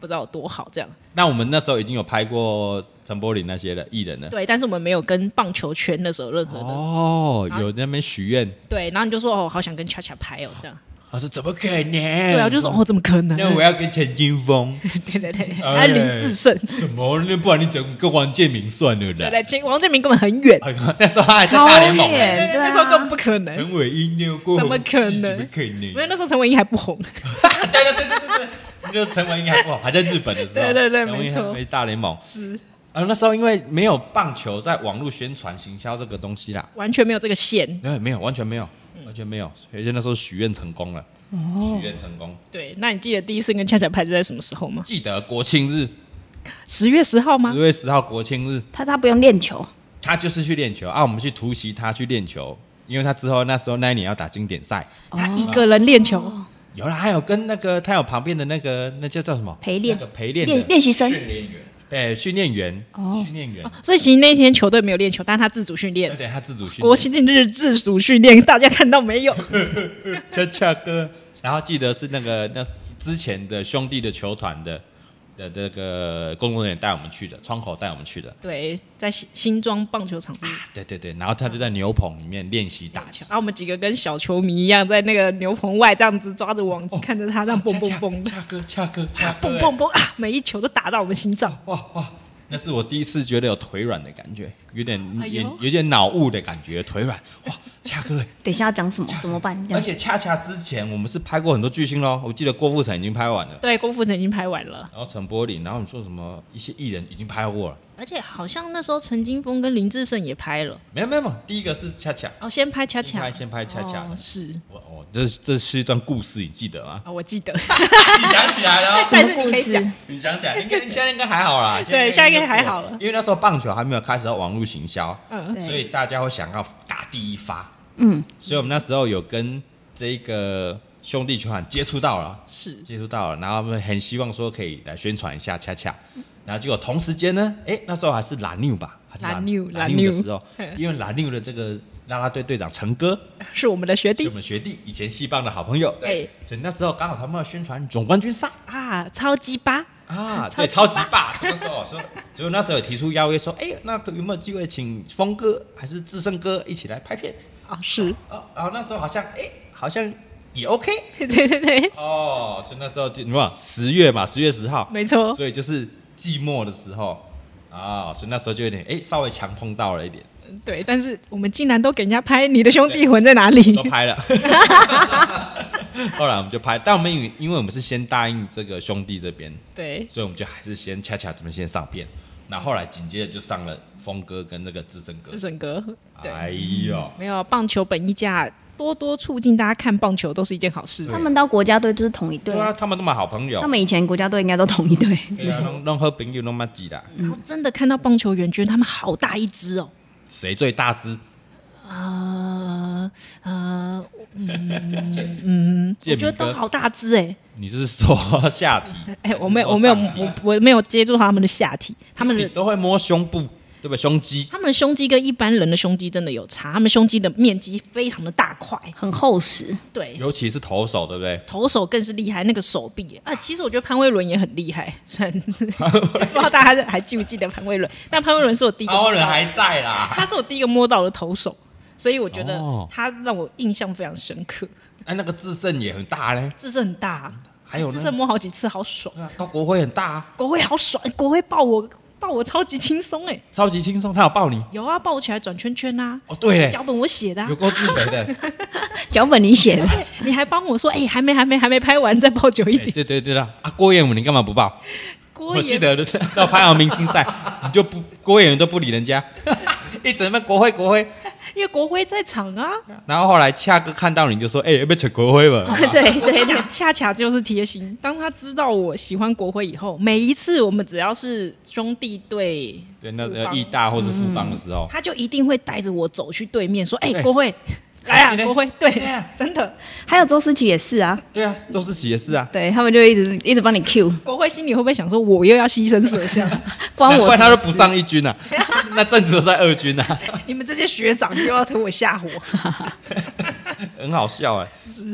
不知道有多好这样。那我们那时候已经有拍过陈柏霖那些的艺人了对，但是我们没有跟棒球圈那时候任何的、嗯哦，有在那边许愿对。然后你就说哦，好想跟恰恰拍哦这样。他说怎么可能？对对啊，我就说哦，怎么可能？哎嗯那我要跟陈金峰 对对对， 哎还有林志胜，什么？那不然你整个王建民算了对啦。对，其实王建民根本很远，哎呦那时候他还在大联盟欸，超远对啊那时候根本不可能。陈伟英溜过，怎么可能怎么可能？没有，那时候陈伟英还不红，对对对对对对，就是陈文英还不好，还在日本的时候，对对对陈文英没错还没大联盟。是啊，那时候因为没有棒球在网络宣传行销这个东西啦，完全没有这个线。对，没有，完全没有，完全没有，所以那时候许愿成功了，许愿成功。对，那你记得第一次跟恰恰拍是在什么时候吗？记得国庆日，十月十号吗十？月十号国庆日，他他不用练球，他就是去练球啊，我们去突袭他去练球，因为他之后那时候那一年要打经典赛，他一个人练球，哦有了，还有跟那个他有旁边的那个那叫叫什么陪练那个陪练练的练习生，训练员，对训练员，哦训练员，所以其实那天球队没有练球，但他自主训对练。对，他自主训国练。庆日自主训练，大家看到 没有？恰恰哥。然后记得是那个那是之前的兄弟的球团的的这个工作人员带我们去的，窗口带我们去的。对，在新新庄棒球场上对对对，然后他就在牛棚里面练习打球然。后我们几个跟小球迷一样，在那个牛棚外这样子抓着网子，哦看着他这样蹦蹦蹦的， 恰恰恰哥，恰哥，恰哥，哦蹦蹦蹦啊！每一球都打到我们心脏，哇哇！那是我第一次觉得有腿软的感觉，有点哎呦嗯有有点脑雾的感觉，腿软。哇，恰哥欸，等一下要讲什么？怎么办？这而样且恰恰之前我们是拍过很多巨星喽，我记得郭富城已经拍完了，对，功夫城已经拍完了，然后陈柏霖，然后你说什么一些艺人已经拍过了，而且好像那时候陈金峰跟林志胜也拍了，没有没有，没有第一个是恰恰，哦，先拍恰先恰拍，先拍恰恰的哦，是我哦，这是这是一段故事，你记得 吗？啊，我记得，你想起来了，但是什么你故可以事讲？你想起来，应该现在应该还好啦。对现在现在应该还好了因为那时候棒球还没有开始到网络行销，嗯，所以对，大家会想要打第一发，嗯，所以我们那时候有跟这个兄弟球团接触到了，是接触到了，然后他们很希望说可以来宣传一下恰恰，然后结果同时间呢，哎、那时候还是蓝牛吧，还是蓝牛蓝蓝牛的牛时候嘿，因为蓝牛的这个啦啦队队长陈哥是我们的学是弟我们学弟，以前戏棒的好朋友，对所以那时候刚好他们要宣传总冠军赛。啊，超级八，啊， 超对，级超级霸。那时候说，结果那时候有提出邀约，说，哎、那可有没有机会请峰哥还是志胜哥一起来拍片？啊，是，哦，然后那时候好像，哎、好像也 OK 对对对，哦，所以那时候就你看十月嘛，十月十号，没错，所以就是季末的时候啊、所以那时候就有点，哎、稍微强碰到了 一点，对，但是我们竟然都给人家拍，你的兄弟魂在哪里？都拍了。后来我们就拍，但我们因为因为我们是先答应这个兄弟这边， 对，所以我们就还是先恰恰这边先上片，那后来紧接着就上了峰哥跟那个资深哥志。胜哥，对，哎呦，没有棒球本一家，多多促进大家看棒球都是一件好事。他们到国家队就是同一队对，啊，他们那么好朋友他，们以前国家队应该都同 一队。对啊，弄弄喝朋友弄么挤啦，然后真的看到棒球员，觉得他们好大一只哦。谁最大只？呃呃，我建明觉得都哥，好大只哎、你是说 下体？还哎、是我没说有我没有上体我我没有接触他们的下体，他们你的都会摸胸部，对不对？胸肌，他们的胸肌跟一般人的胸肌真的有差，他们胸肌的面积非常的大块，很厚实，对，尤其是投手，对不对？投手更是厉害，那个手臂哎啊，其实我觉得潘威伦也很厉害，虽然 不知道大家还记不记得潘威伦，但潘威伦是我第一个高摸人到的还在啦。他是我第一个摸到的投手，所以我觉得哦他让我印象非常深刻。哎，那个自胜也很大嘞，智胜很大，还有智呢胜摸好几次，好爽。对啊高国辉很大啊，国威好爽，国威抱我抱我超级轻松哎，超级轻松，他有抱你。有啊，抱我起来转圈圈啊，哦，对嘞，脚本我写的、啊有。够自肥的。脚本你 写的，而且你还帮我说，哎、还没，还没，还没拍完，再抱久一哎点。对对对啦，啊，郭彦武你干嘛不抱？郭我也记得 到拍完明星赛，你就不郭彦武都不理人家， 一直在那边国徽国徽。因为国辉在场啊，然后后来恰哥看到你就说：“哎、要不要吹国徽吧对对对，恰恰就是贴心。当他知道我喜欢国辉以后，每一次我们只要是兄弟队，？”对，那富个邦义大或是富邦的时候，他就一定会带着我走去对面，说：“哎、对国辉，来啊，今天国辉，对，真的，还有周思琪也是啊，对啊，周世奇也是啊，对他们就一直一直帮你 Q，国辉心里会不会想说，我又要牺牲舍 下？关难我怪什么他都不事上一军啊， 那阵子都在二军啊， 你们这些学长又要推我下火？很好笑哎、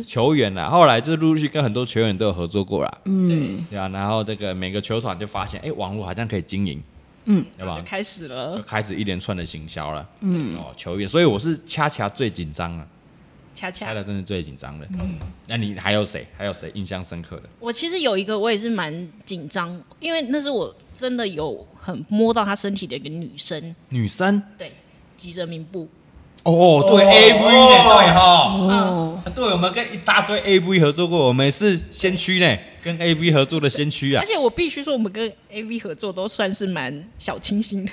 球员啊，后来就是陆续跟很多球员都有合作过啦，嗯，对啊，然后这个每个球团就发现，哎、网络好像可以经营，嗯，对吧就？开始就了，开始一连串的行销了，嗯，哦，球员，所以我是恰恰最紧张啊，恰恰嗯恰。恰真的最紧张的。那你还有谁？还有谁印象深刻的？我其实有一个，我也是蛮紧张，因为那是我真的有很摸到她身体的一个女生，女生？对，吉泽明步。哦，对，A V 呢？对哈。哦，啊对，我们跟一大堆 A V 合作过，我们也是先驱呢，跟 A V 合作的先驱啊而。且我必须说，我们跟 AV 合作都算是蛮小清新的，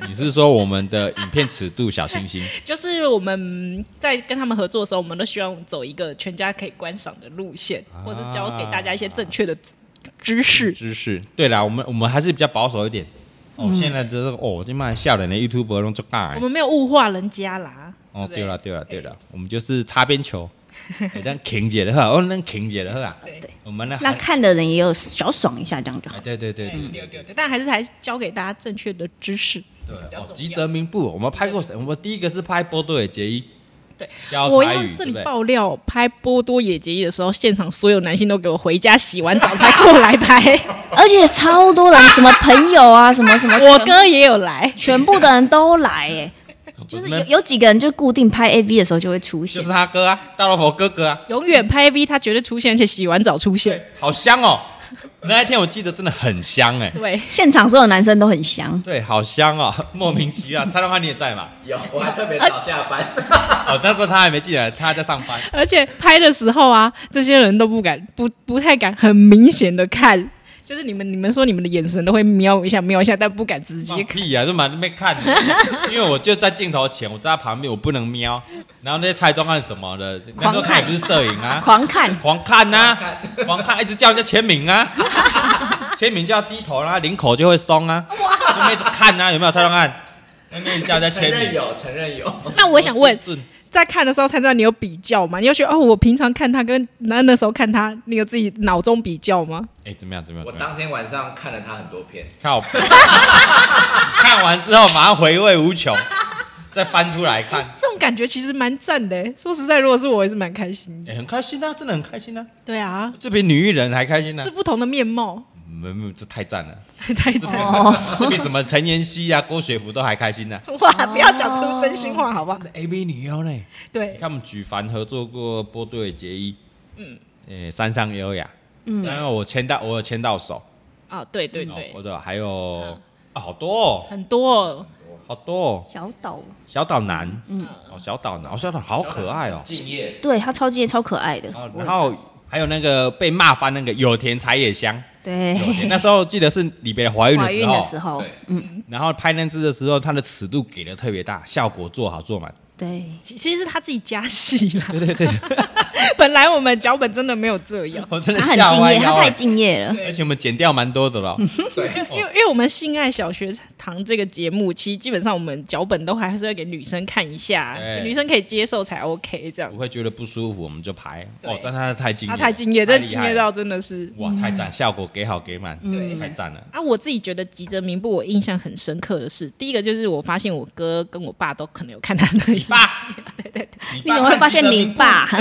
你是说我们的影片尺度小清新？就是我们在跟他们合作的时候，我们都希望走一个全家可以观赏的路线，或是教给大家一些正确的知知 识。知识？对啦，我们我们还是比较保守一点。嗯哦，现在这个哦，这妈笑脸的 YouTube 弄做尬我。们没有物化人家啦。哦，不对了，对了，对了，我们就是擦边球， 哎咱停姐的呵，哦，咱停姐的呵啊。对我们呢？让还是看的人也有小爽一下，这样就好哎，。对对对对对对对对，但还是还是教给大家正确的知识。对，嗯较哦，重吉要泽明步，我们拍过谁？我们第一个是拍波多野结衣，对，教我台要语，这对里不对？爆料，拍波多野结衣的时候，现场所有男性都给我回家洗完澡才过来拍， 而且超多人，什么朋友啊，什么 什么，我哥也有来。全部的人都来哎，就是我有们有几个人就固定拍 AV 的时候就会出就现是，他哥啊，大老婆哥哥啊，永远拍 V，他绝对出现，而且洗完澡出现。 好香哦！那一天我记得真的很香哎、对，现场所有男生都很香，对，好香哦、 莫名其妙。蔡东汉你也在嘛？有，我还特别啊啊早下班，哦，那时候他还没进来，他还在上班。 而且拍的时候啊，这些人都不敢，不不太敢，很明显的看，就是你们你们说你们的眼神都会瞄一下瞄一下，但不敢直接放看。屁啊，就满那边看你， 因为我就在镜头前，我在他旁边，我不能瞄。然后那些蔡宗汉什么的，那时候他也不是摄影啊，狂看，狂看呐、啊，狂看，一直叫人家签名 啊，签名就要低头啦、领口就会松啊，就一直看啊，有没有蔡宗汉？那边一直叫人家承签认名。有，承认有。那我想问，准，在看的时候才知道你有比较吗？你有觉得哦，我平常看他跟那那时候看他，你有自己脑中比较吗？哎、怎么样？怎么样？我怎么样？当天晚上看了他很多片，看我， 看完之后马上回味无穷，再翻出来看，这种感觉其实蛮赞的欸。说实在，如果是我，也是蛮开心的。哎、很开心啊，真的很开心啊，对啊，这比女艺人还开心呢、是不同的面 貌，没没，这太赞了。太赞了！这比什么陈妍希啊、郭雪芙都还开心啊 呢、哇， 不要讲出真心话，好不好？ A B 女优呢？你对看，我们举凡合作过波多野结衣，嗯，诶、山上优雅，嗯，然后我牵到，我有牵到手，啊，对对哦对我，的还有、啊，好多哦，很多哦好多哦，小岛，小岛男，嗯，哦，小岛男，哦，小岛好可爱哦，敬业对他超级超可爱的，哦然后还有那个被骂翻那个有田彩野香，对有田那时候记得是李贝怀孕的怀时孕候，的时候对，然后拍那支的时候，它的尺度给的特别大，效果做好做满，对，其其实是他自己加戏啦。对对哦对， 本来我们脚本真的没有这样，我真的他很吓敬歪业，他腰太欸。敬业了，而且我们剪掉蛮多的了，因为因为我们性爱小学堂这个节目，其实基本上我们脚本都还是要给女生看一下对，女生可以接受才 OK 这样不。会觉得不舒服，我们就排。对哦，但他太敬业他了，太敬业，太真厉的敬害业了到真的是哇，太赞，效果给好给满，对太赞了。啊！我自己觉得吉泽明步我印象很深刻的是，第一个就是我发现我哥跟我爸都可能有看他 的影片，爸，对对，你怎么会发现你爸？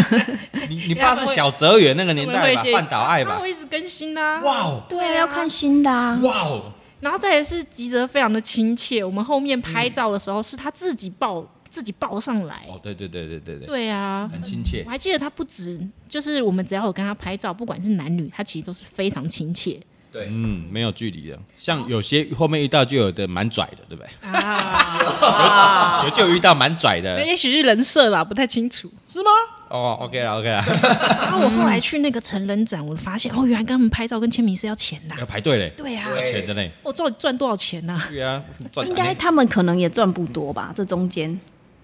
你你爸是小泽园那个年他们会代一吧，些半岛爱吧他？会一直更新啊。哇哦，对，要看新的啊，哇哦，然后再来是吉泽非常的亲切，我们后面拍照的时候是他自己抱、自己抱上来，哦，对对对对对对，对啊，很亲切我。还记得他不止，就是我们只要有跟他拍照，不管是男女，他其实都是非常亲切对，嗯，没有距离的，像有些后面遇到就有的蛮拽的，对不对？啊。有就有遇到蛮拽的，呃也许是人设啦，不太清楚。哦，OK 了 OK 了，然后我后来去那个成人展，我发现哦，原来跟他们拍照跟签名是要钱的啊。要排队嘞，对啊，要对钱的嘞，我到底赚多少钱呐、对啊，赚应该他们可能也赚不多吧，这中间，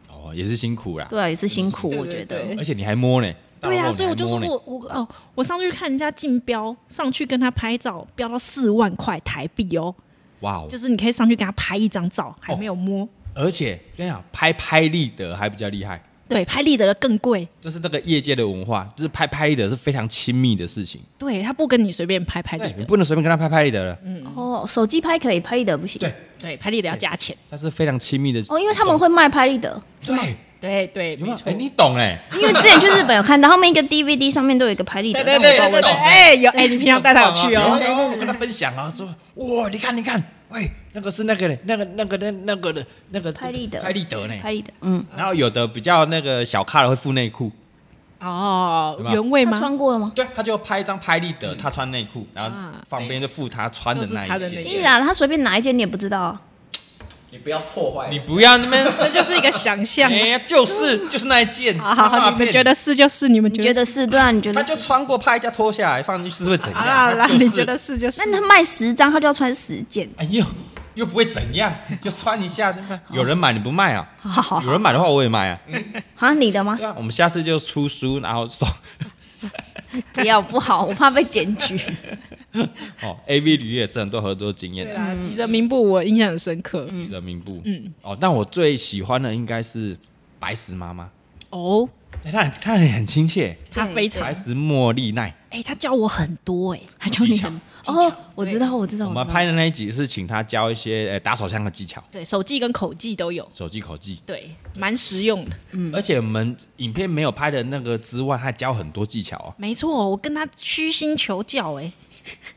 哦也是辛苦啦，对啊，也是辛苦，对我觉得对，而且你还摸呢，对大啊，肉所以你还我就说摸呢我我哦，我上去看人家竞标，上去跟他拍照，标到四万块台币哦，哇哦就，是你可以上去跟他拍一张照，还没有摸。而且跟你讲，拍拍立得还比较厉害，对，拍立得更贵，就是那个业界的文化，就是拍拍立得是非常亲密的事情，对他不跟你随便拍拍立对你得，嗯不能随便跟他拍拍立得了，哦，手机拍可以，拍立得不行，对对，拍立得要加钱，它是非常亲密的哦，因为他们会卖拍立得，对，对对，有没没有？错哎，。你懂哎，因为之前去日本有看到，他们一个 DVD 上面都有一个拍立得，对但对对我不知道对为什对，么哎、有哎、你平常带他去有哦、有有我跟他分享啊，说哇，你看你看，喂，那个是那个嘞，那个那个那那个的那个拍立得拍立得呢，拍立得，嗯，然后有的比较那个小咖的会附内裤，哦有，没有原味他吗？穿过了吗？对，他就拍一张拍立得，他穿内裤，然后啊旁边就附他穿的就是那他的一那件个其，实啊，他随便拿一件你也不知道啊，你不要破坏你人，不要那 边。这就是一个想象哎、。呀，就是就是那一件， 好好好，干嘛你骗们觉得是就是，你们你觉得是是对啊？你觉他得？就是穿过怕一下脱下来放进去是会怎样？啊啦，就是你觉得？是就是那。他卖十张，他就要穿十件，哎呦，又不会怎 样，就穿一下对吧？有人买你不卖啊？ 好好好有人买的话我也买啊。嗯嗯啊，你的吗对？啊，我们下次就出书，然后送 不要不好，我怕被检 举。哦。A V 旅也是很多合作经验对啊的，啦，吉泽明步我印象很深刻。记者名部。嗯，哦，但我最喜欢的应该是白石妈妈，哦，哎她很她也很亲切，他非常白石茉莉奈。哎，他教我很多哎，他教你很技巧哦，我知道，我知道，我我们知道拍的那一集是请她教一些呃打手枪的技巧，对手技跟口技都有，手技口技。对，蛮实用的。而且我们影片没有拍的那个之外，还教很多技巧哦。没错，我跟他虚心求教哎，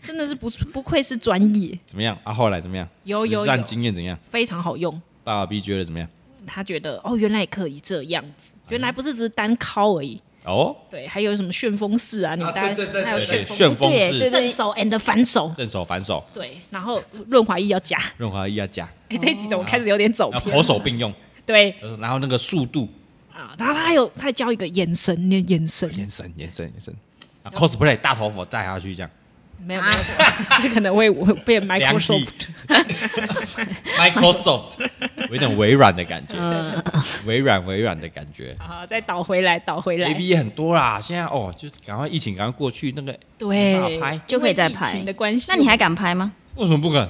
真的是不不愧是专业，怎么样啊？后来怎么样？有有实战有经验怎样？非常好用。爸爸 B 觉得怎么样？他觉得哦，原来也可以这样子，原来不是只是单敲而已，哦，对，还有什么旋风式啊？你们啊大家对对对还有而且旋旋风风对式对正手 and 反手，正手反手，对，然后润滑液要加。润滑液要加，哎、这一集怎么开始有点走然后偏？口手并用，对呃然后那个速度，啊，然后他还有他还教一个眼神，那眼神延伸延伸延伸啊，cosplay 大头佛带下去这样没有没有， 这可能会会变 Microsoft。 ，Microsoft 有一点微软的感觉， 嗯，微软微软的感觉。好，啊再倒回来，倒回 A 来 V，也很多啦，现在哦，就是赶快疫情赶快过去，那个对，没办法拍就可以再拍因为疫情的关系，那你还敢拍吗？为什么不肯？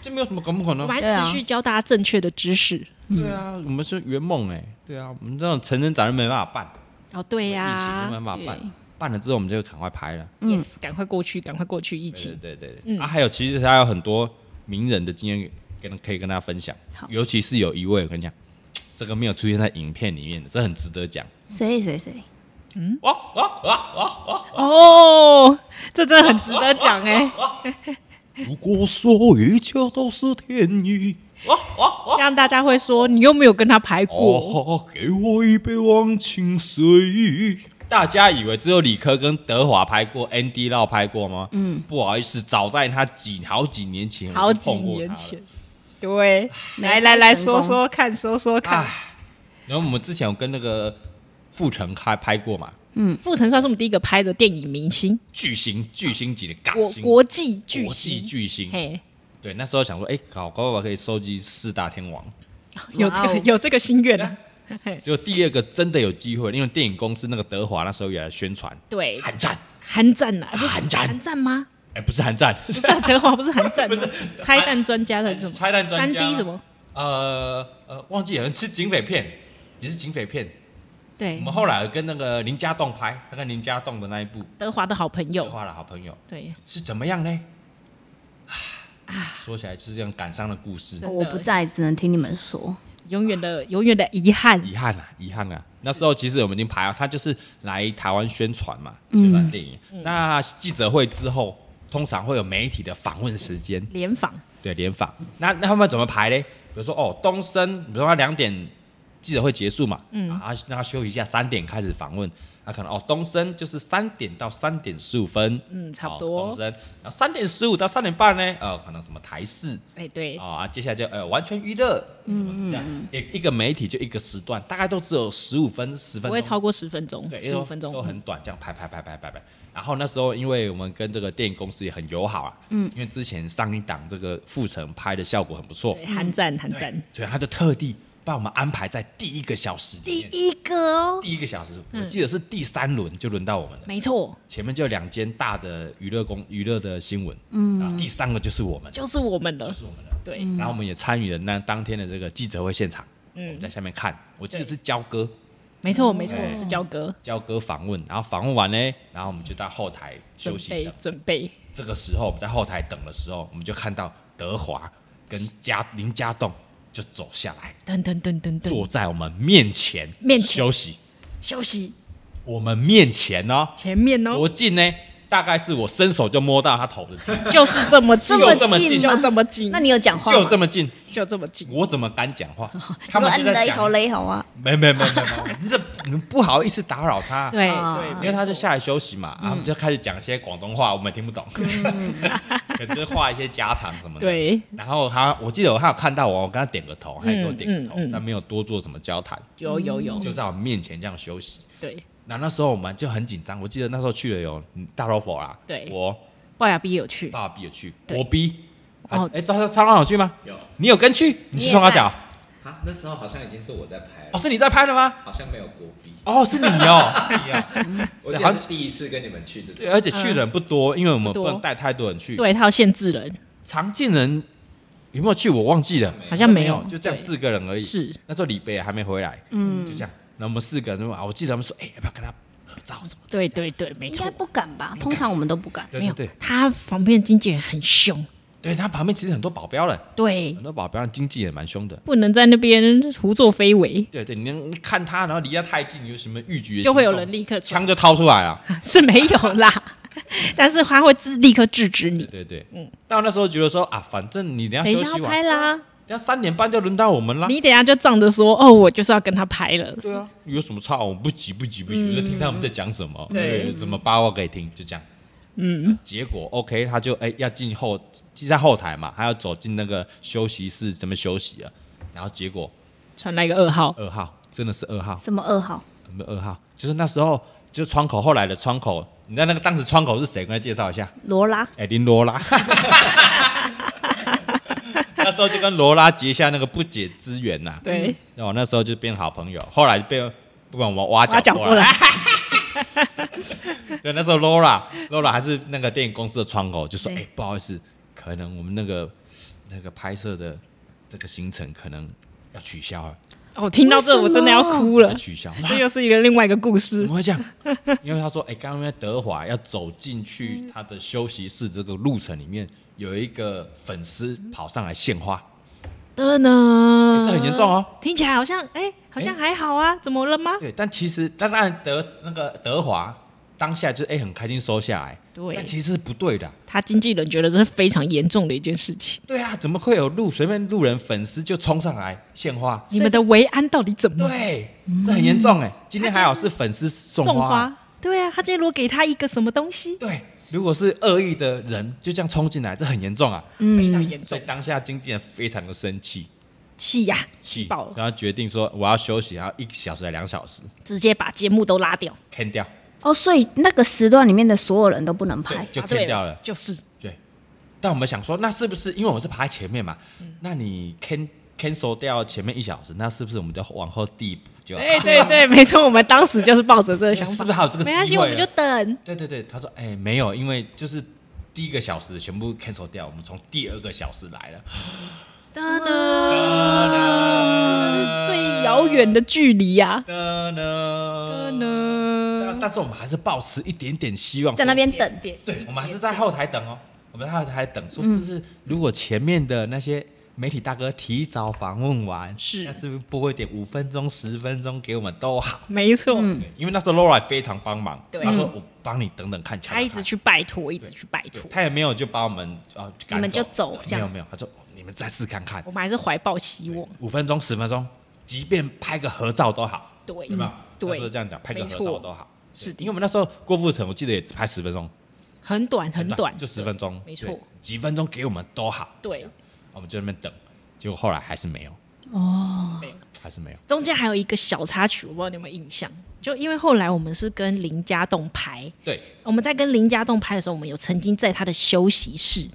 这没有什么可不可能我们还对啊持续教大家正确的知识。对啊，我们是圆梦哎，对啊，我们这种成人展都没办法办，哦，对呀、疫情都没办法办，办了之后我们就赶快拍了。嗯 y e s 赶快过去，赶快过去，疫对情。对对对，啊，还有其实还有很多名人的经验跟可以跟大家分享，尤其是有一位我跟你讲，这个没有出现在影片里面的，这很值得讲。哦谁谁谁？哇哇哇哇哇！哦，这真的很值得讲哎、 如果说一切都是天意，哇哇哇！这样大家会说你又没有跟他排过，哦，给我一杯忘情水。大家以为只有李科跟德华拍过，Andy Lau 拍过吗？嗯，不好意思，早在他几好几年前，好我就几碰过年他前了。。对，没来拍来来成说功说看，说说看。唉，然后我们之前有跟那个傅成开拍过嘛，傅嗯成算是我们第一个拍的电影明星，巨星巨星级的港国啊星，国际巨国际星。巨星。嘿，对，那时候想说，哎、搞搞不好可以收集四大天王。有这哇个哦有这个心愿啊 了。就第二个真的有机会，因为电影公司那个德华那时候也来宣传对，韩战，韩战啊，哎不是韩战韩战吗？哎、不是韩战，不是啊德华，不是韩 战吗，拆弹专家的是什么？拆弹专家三 D 什么？呃呃，忘记了是警匪片，也是警匪片。我对们，后来有跟那个林家栋拍，他跟林家栋的那一部德华的好朋德友。华的好朋友对，是怎么样呢？啊，说起来就是这样感伤的故事真，的哦我不在，只能听你们说。永远的永远的遗憾。遗憾啊，遗憾啊。那时候其实我们已经排了，他就是来台湾宣传嘛，宣传电影。那记者会之后，通常会有媒体的访问时间，联访对联访。那那他们怎么排嘞？比如说哦，东升，比如说他两点记者会结束嘛，嗯，啊，让他休息一下，三点开始访问。那、可能哦，东升就是三点到三点十五分，嗯差不哦多东升，然后三点十五到三点半呢，呃，可能什么台视哎、对，哦啊，接下来就呃完全娱乐，什么这样，嗯一一个媒体就一个时段，大概都只有十五分十分不钟会超过十分钟，对，因为十五分钟嗯都很短，这样拍拍拍拍拍拍。然后那时候，因为我们跟这个电影公司也很友好啊，嗯，因为之前上一档这个《复城》拍的效果很不错哎对，韩战韩战所以他就特地把我们安排在第一个小时里面，一个哦，第一个小时，我记得是第三轮就轮到我们了，没错，前面就有两间大的娱乐公娱乐的新闻，嗯，然后第三个就是我们，就是我们了就，是我们了。对，嗯然后我们也参与了那当天的这个记者会现场，我嗯们在下面看，我记得是焦哥，没错没错，哎是焦哥焦哥访问，然后访问完呢，然后我们就到后台准休息备的。准备，这个时候我们在后台等的时候，我们就看到德华跟家林家栋就走下来，噔噔噔噔坐噔，在我们面前面前休息，休息我们面前哦，前面哦多，近呢？大概是我伸手就摸到他头的 地方，就是这么近，就这么近就这么近，那你有讲话就吗？这么近，就这么近，我怎么敢讲话？他 如们果按就雷在好讲，雷好啊，没没没没没，你这你们不好意思打扰他，对啊对，因对为他就下来休息嗯嘛，然后就开始讲一些广东话，我们也听不懂， 可就是话一些家常什么的。对，然后他，我记得我他有看到我，我跟他点个头，他也给我点个头嗯嗯，嗯但没有多做什么交谈，有有有，就在我面前这样休息。对，那那时候我们就很紧张，我记得那时候去了有嗯大老佛啦，对我龅牙 B 有去，爸比也去，国逼，哦哦，哎，张张张老有去吗？有你有跟去？你去也双高在脚？啊，那时候好像已经是我在拍哦，了，是你在拍的吗？好像没有国币，哦，是你 哦，是你哦，我是好记得像是第一次跟你们去这对，种，而且去的人不多，因为我们嗯不多不能带太多人去。对他要限制人，常进人有没有去？我忘记了，好像没没有有，，就这样对四个人而已。是那时候李贝也还没回来，嗯，就这样。那我们四个人啊，我记得他们说，哎、要不要跟他合照什么对对对，没应错该，不敢吧？通常我们都不敢的？。对没对嗯有对，，他旁边的经纪人很凶，对他旁边其实很多保镖了，对很，多保镖经纪也蛮凶的。不能在那边胡作非为，对对，你能看他，然后离他太近，有什么欲举的就会有行动人立刻出枪就掏出来了。是没有啦， 但是他会制立刻制止对你，对对，嗯。但我那时候觉得说啊，反正你等一等下一休下息要完拍，啦，要三点半就轮到我们啦。你等一下就仗着说哦，我就是要跟他拍了，对啊，有什么差？我们不急不急不急，就听他们在讲什么，对有什么八卦可以听，就这样。嗯，结果 OK，他就哎、要进后，进在后台嘛，他要走进那个休息室，怎么休息啊？然后结果传来一个噩耗，二号真的是二号，什么二号？有没有二号？就是那时候就窗口后来的窗口，你知道那个当时窗口是谁？跟他介绍一下，罗拉哎、林罗拉。那时候就跟罗拉结下那个不解之缘呐、对，那我哦那时候就变好朋友，后来就被不管我挖挖角角过过来来。，对，那时候 Laura Laura 还是那个电影公司的窗口，就说：“哎、对不好意思，可能我们那个那个拍摄的这个行程可能要取消了，哦，听到这我真的要哭了要，取消。”这又是一个另外一个故怎事，么会这样？因为他说：“哎、刚刚在德华要走进去他的休息室这个路程里面，有一个粉丝跑上来献花，真的哎，嗯这很严重哦。”听起来好像哎，好像还好啊，怎么了吗？对，但其实但当然德那个德华当下就是哎、很开心收下来，对但其实是不对的啊、他经纪人觉得这是非常严重的一件事情，对啊，怎么会有路随便路人粉丝就冲上来献花？你们的维安到底怎么了对，这很严重哎、嗯今天还好是粉丝送花，送花？对啊，他今天如果给他一个什么东西，对，如果是恶意的人就这样冲进来，这很严重啊。非常严所重以，当下经纪人非常的生气，气呀，气爆了，然后决定说我要休息，然后一个小时还两小时直接把节目都拉掉， ，can 掉，哦，所以那个时段里面的所有人都不能对拍，，就答啊对 can 掉了。就是对，但我们想说，那是不是因为我们是排在前面嘛？嗯那你 can cancel 掉前面一小时，那是不是我们就往后递补就好？对 哎对对，没错，我们当时就是抱着这个想是法不是，还有这个机没会？啊关系，我们就等。对对对，他说哎、没有，因为就是第一个小时全部 cancel 掉，我们从第二个小时来了，哒哒，真的是最遥远的距离呀、哒啊。呢，但但是我们还是保持一点点希望，在那边等。对，我们还是在后台等哦，我们在后台等，说嗯是不是如果前面的那些媒体大哥提早访问完，是那是不是播一点五分钟、十分钟给我们都好？没错，嗯对因为那时候 Laura 也非常帮忙，对他说我帮你等等看，瞧瞧他一直看去拜托，一直去拜对托，他也没有就把我们啊，赶你们就走这没有样没有，他说你们再试看看我，们还是怀抱希望。五分钟、十分钟，即便拍个合照都好，对，对吧？那时候嗯对，这样讲，拍个合没错照都好。是的因为我们那时候郭富城，我记得也只拍十分钟，很短很短，就十分钟，没错对，几分钟给我们都好。对，我们就在那边等，结果后来还是没有，没有还是没有。中间还有一个小插曲，我不知道你有没有印象，就因为后来我们是跟林家栋拍，对，我们在跟林家栋拍的时候，我们有曾经在他的休息室，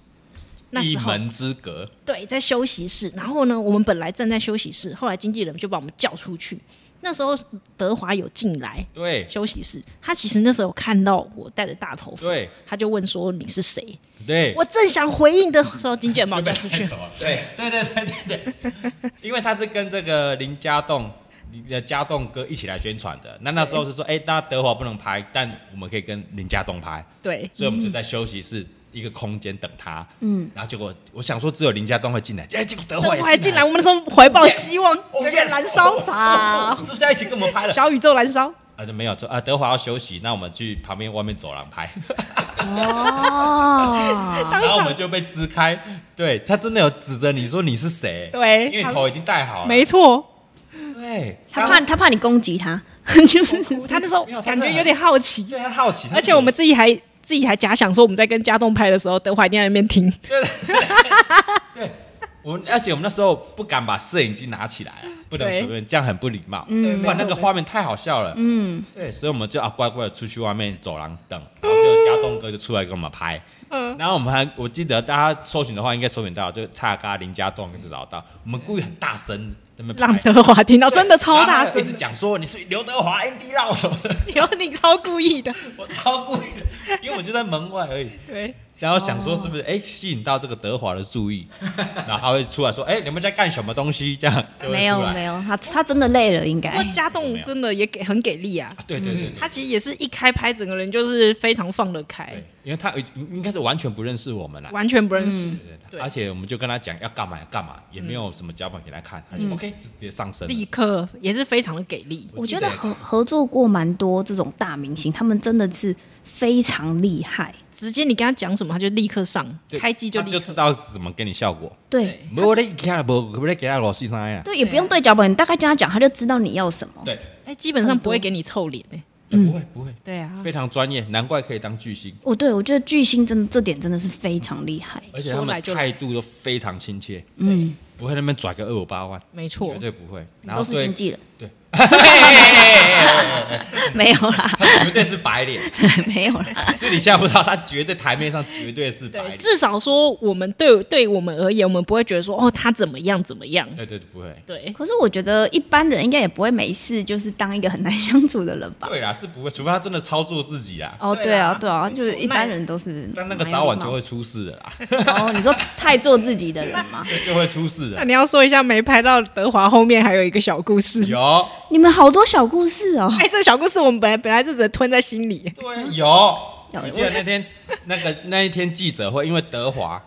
那一时候门之隔，对，在休息室。然后呢，我们本来站在休息室，后来经纪人就把我们叫出去。那时候德华有进来对休息室，他其实那时候有看到我戴着大头发对，他就问说你是谁？对，我正想回应的时候，经纪人把我叫出去。对对对对对对，因为他是跟这个林家栋。林呃，家栋哥一起来宣传的。那那时候是说，哎、那德华不能拍，但我们可以跟林家栋拍，对，所以我们就在休息室一个空间等他。嗯，然后结果我想说，只有林家栋会进来，哎、结果德德华华也进进来，来，我们那时候怀抱希望， Oh, 整个 yes. 燃烧啊 啥？是不是要一起跟我们拍了？小宇宙燃烧，啊，就没有说啊，德华要休息，那我们去旁边外面走廊拍。哦，当然后我场们就被支开，对他真的有指着你说你是谁，对因为他头已经戴好了，没错。对，他然怕后他怕你攻击 他，他那时候没有他感是觉很有点好奇，对他好奇，他而且我们自己还自己还假想说我们在跟家栋拍的时候，德华一定在那边听。对对，我们而且我们那时候不敢把摄影机拿起来啊，不能对嗯随便，这样很不礼貌，对不然那个画面太好笑了，嗯，对，所以我们就啊乖乖的出去外面走廊等，然后就家栋哥就出来给我们拍，嗯，然后我们还我记得大家搜寻的话应该搜寻到，就差嘎林家栋就找到，我们故意很大声在那边让拍。德华听到，真的超然后大他就声一直，讲说你是刘德华、Andy Lau 什么的， 有你超故意的，我超故意的，因为我就在门外而已，对，想要想说是哦不是哎、吸引到这个德华的注意， 然后他会出来说哎、你们在干什么东西这 样，就会没有出来没有，他他真的累了，应不过该家栋真的也给很给力啊，啊对对嗯对对他哎其实也是一开拍，整个人就是非常放得开对，，因为他已经应该是完全不认识我们啦，完全不认识，对对对而且我们就跟他讲要干嘛要干嘛，也没有什么脚本给他嗯看，他就 OK 直接上身了，立刻也是非常的给力，我记觉得合合作过蛮多这种大明星，他们真的是非常厉害。直接你跟他讲什么，他就立刻上，开机就就立就刻知道怎么给你效果。对不，你给他不，不给他螺丝上 呀。对，啊也不用对脚本，你大概跟他讲，他就知道你要什么。对，哎、基本上不会给你臭脸哎、不会不会，对啊，非常专业，难怪可以当巨星，哦，对，我觉得巨星真的这点真的是非常厉害。而且他说们来就来态度都非常亲切，嗯，不会那边拽个二五八万，没错绝，对不会。然后都是对经，纪人， 对没有啦， 他绝对是白 脸，没有啦。私底下不知道，他绝对台面上绝对是白对，脸，至少说我们对对我们而言，我们不会觉得说哦他怎么样怎么样，对对对不会。对，可是我觉得一般人应该也不会没事，就是当一个很难相处的人吧。对啊啦，是不会，除非他真的操作自己啦，哦，对对啊，啊对啊，没就错是一般人都是。但那个早晚就会。出事的啦，哦，你说太做自己的人吗？就会出事那的。你要说一下没拍到德华后面还有一个小故事，有，你们好多小故事 哦。哎、这小故事我们本来本来就只能吞在心里，对，有。有我记得那天那个那一天记者会，因为德华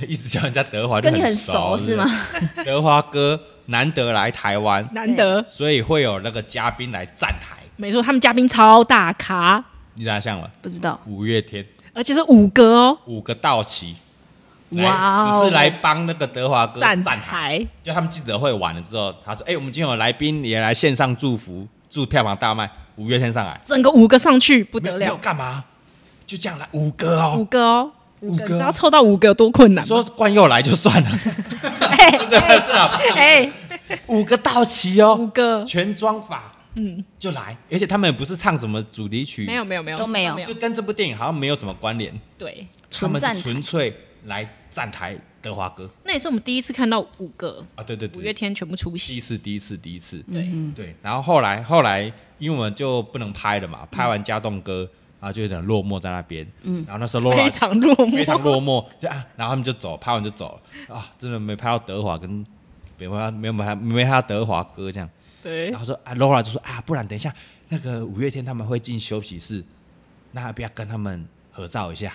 一直叫人家德华，就跟你很熟熟是吗？不是德华哥难得来台湾，难得，所以会有那个嘉宾来站台，没错，他们嘉宾超大咖，你知道像吗？不知道。五月天而且是五个哦，五个道奇，来哇哦只是来帮那个德华哥站呃台。台，就他们记者会完了之后，他说：“哎、我们今天有来宾也来线上祝福，祝票房大卖。”五月天上来整个五个上去不不得没有了，干嘛？就这样来五个哦五。个哦。五五个，个你知道凑到五个有多困难你吗？说冠佑来就算 了，哎 不是不是啊，不是哎，五个到齐哦，五嗯个全装法，嗯，就来，而且他们也不是唱什么主题曲，没有没有没有都没有就跟这部电影好像没有什么关联，对，纯他们站就台纯粹来站台德华哥那也是我们第一次看到五个啊，对对对，五月天全部出第席一，次第一次第一次，对，嗯对，然后后来后来，因为我们就不能拍了嘛，拍完家栋哥，然后就有点落寞在那边，嗯，然后那时候落非常落 非常寞，落寞，就啊，然后他们就走，拍完就走了啊，真的没拍到德华跟没拍到没有拍没拍到德华哥这样。对然，后说啊，Laura 就说啊，不然等一下那个五月天他们会进休息室，那要不要跟他们合照一下？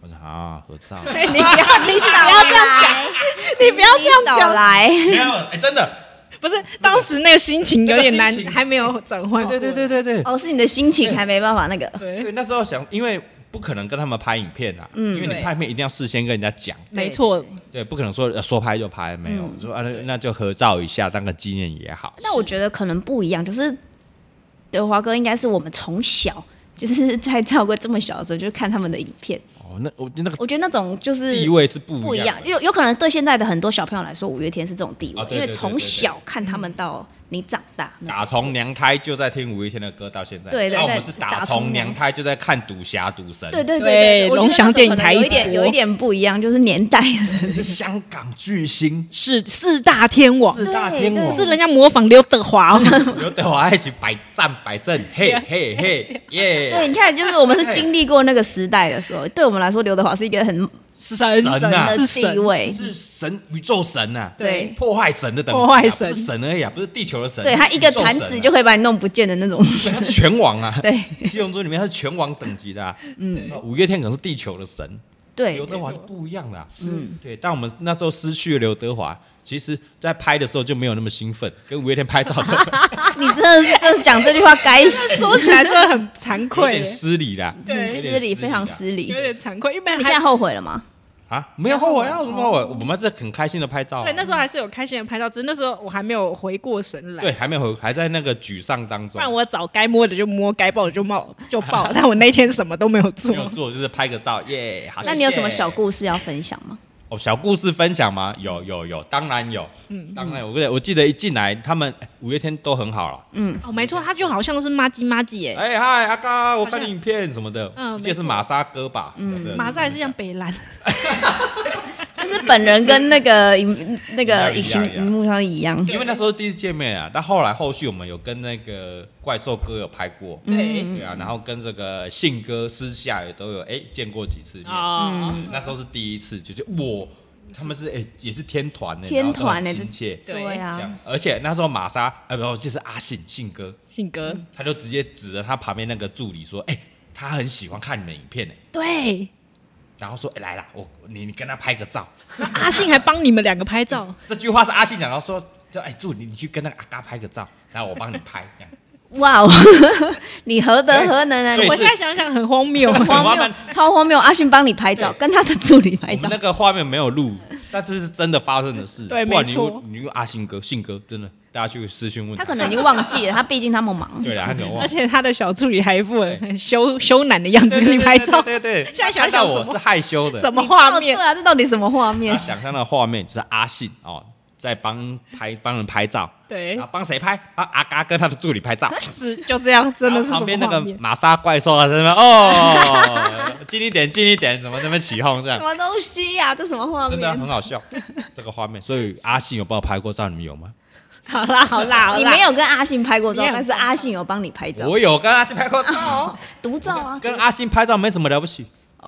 我说啊，合照。哎你不要你不不要 这样讲，讲，你不要这样少讲，来。 没有，哎、真的，不是当时那个心情有点难那个心，情还没有转换，对对对对对，哦，是你的心情还没办法 那个。对，对，那时候想，因为不可能跟他们拍影片啊，因为你对拍片一定要事先跟人家讲，没错，对，不可能说、呃、说拍就拍，没有，我说啊，那那就合照一下，当个纪念也好。那我觉得可能不一样，就是德华哥应该是我们从小 就是在赵哥这么小的时候就看他们的影片，哦，那我那个我觉得那种就是地位是不不一一样样，的，有有可能对现在的很多小朋友来说，五月天是这种地位，啊对因为对对从对小看他们到你长大，那种打从娘胎就在听五月天的歌，到现在。对对那我对们是打打从从娘娘胎就在看《赌侠》《赌神》。对对对对，我觉得龙翔那种电影可能台有一一点直有播一点不一样，就是年代这 是香港巨星是四大天王，四大天对王，是人家模仿刘德 华哦，刘德华一起百战百胜，嘿嘿嘿对，耶！你看，就是我们是经历过那个时代的时候，对我们来说，刘德华是一个很是神神啊呐，神的是神地位，是神宇宙神啊呐，对破坏神的等级啊，破坏神不是神而已啊，不是地球的神，对他一个宇宙神啊弹指就可以把你弄不见的那种，，对他是拳王啊 对七龙珠里面他是拳王等级的啊，嗯，五月天可能是地球的神，对 嗯刘，德华是不一样的啊，是，对，但我们那时候失去了刘德华。其实，在拍的时候就没有那么兴奋，跟五月天拍照的 时候啊你真的是，真的是讲这句话该死，说 起来真的很惭有愧点，失礼啊啦，对有点失礼，非常啦失有礼。点惭愧，因为你现在还后悔了吗？啊，没有后悔啊，有什么后悔？我们还是很开心的拍照啊、对那时候还是有开心的拍照，只是那时候我还没有回过神来对，。还没有，还在那个沮丧当不中。然我早该摸的就摸，该抱的就抱就 抱，但我那天什么都没有做没。有做，就是拍个照，耶！好，那你啊谢谢有什么小故事要分享吗？哦小故事分享吗？有有有，当然有，嗯，当然有。我记得我记得一进来，他们哎五月天都很好了。哦，没错，他就好像是妈鸡妈鸡哎，哎嗨，阿嘎，我好像看你影片什么的，嗯我记得是没错玛莎哥吧？嗯马上还是像北兰，就是本人跟那个荧那个一样隐形一样荧幕上一样，因为那时候第一次见面啊，但后来后续我们有跟那个怪兽哥有拍过，对对啊，然后跟这个信哥私下也都有哎见过几次面。啊，嗯那时候是第一次，就是我他们是哎、也是天团呢、天团呢呢、亲切。对对这啊样，，而且那时候玛莎，呃，不，就是阿信信哥，信哥，他就直接指着他旁边那 个助理说：“哎、他很喜欢看你们影片呢。对，”然后说：“哎、来啦，我你你跟他拍个照。那阿信还帮你们两个拍照”， 这句话是阿信讲到说：“就哎、助理，你去跟那个阿嘎拍个照，然后我帮你拍。”这样，哇哦， 你何德何能啊？所以你我是现在想想很荒谬。很荒麻谬烦，超荒谬！阿信帮你拍照，对跟他的助理拍我们照那，个画面没有录，但是是真的发生的事。对不然你没错问你问阿信哥，信哥真的，大家去私讯问他可能已经忘记了，他毕竟他们忙。对啦，他可能忘 而了。且他的小助理还一副很羞羞赧的样子跟你拍照，对对对对对， 现在想看到想什我么是害羞的，什么画面对？啊，这到底什么画面他？想象的画面就是阿信哦，在帮拍帮人拍照，对然，后帮谁拍？帮阿嘎跟他的助理拍照，是就这样，真的是然后旁什边么那画个面？玛莎怪兽啊，在那边哦， 近一点，近一点，怎么那边起哄这什样？么东西呀、这什么画真的很面？好 笑，这个画面。所以阿信有帮我拍过照，你们有吗？好啦好啦，好啦你没有跟阿信拍过照你，很但是阿信有帮你拍照，我有跟阿信拍过照，独照啊。跟阿信拍照没什么了不起。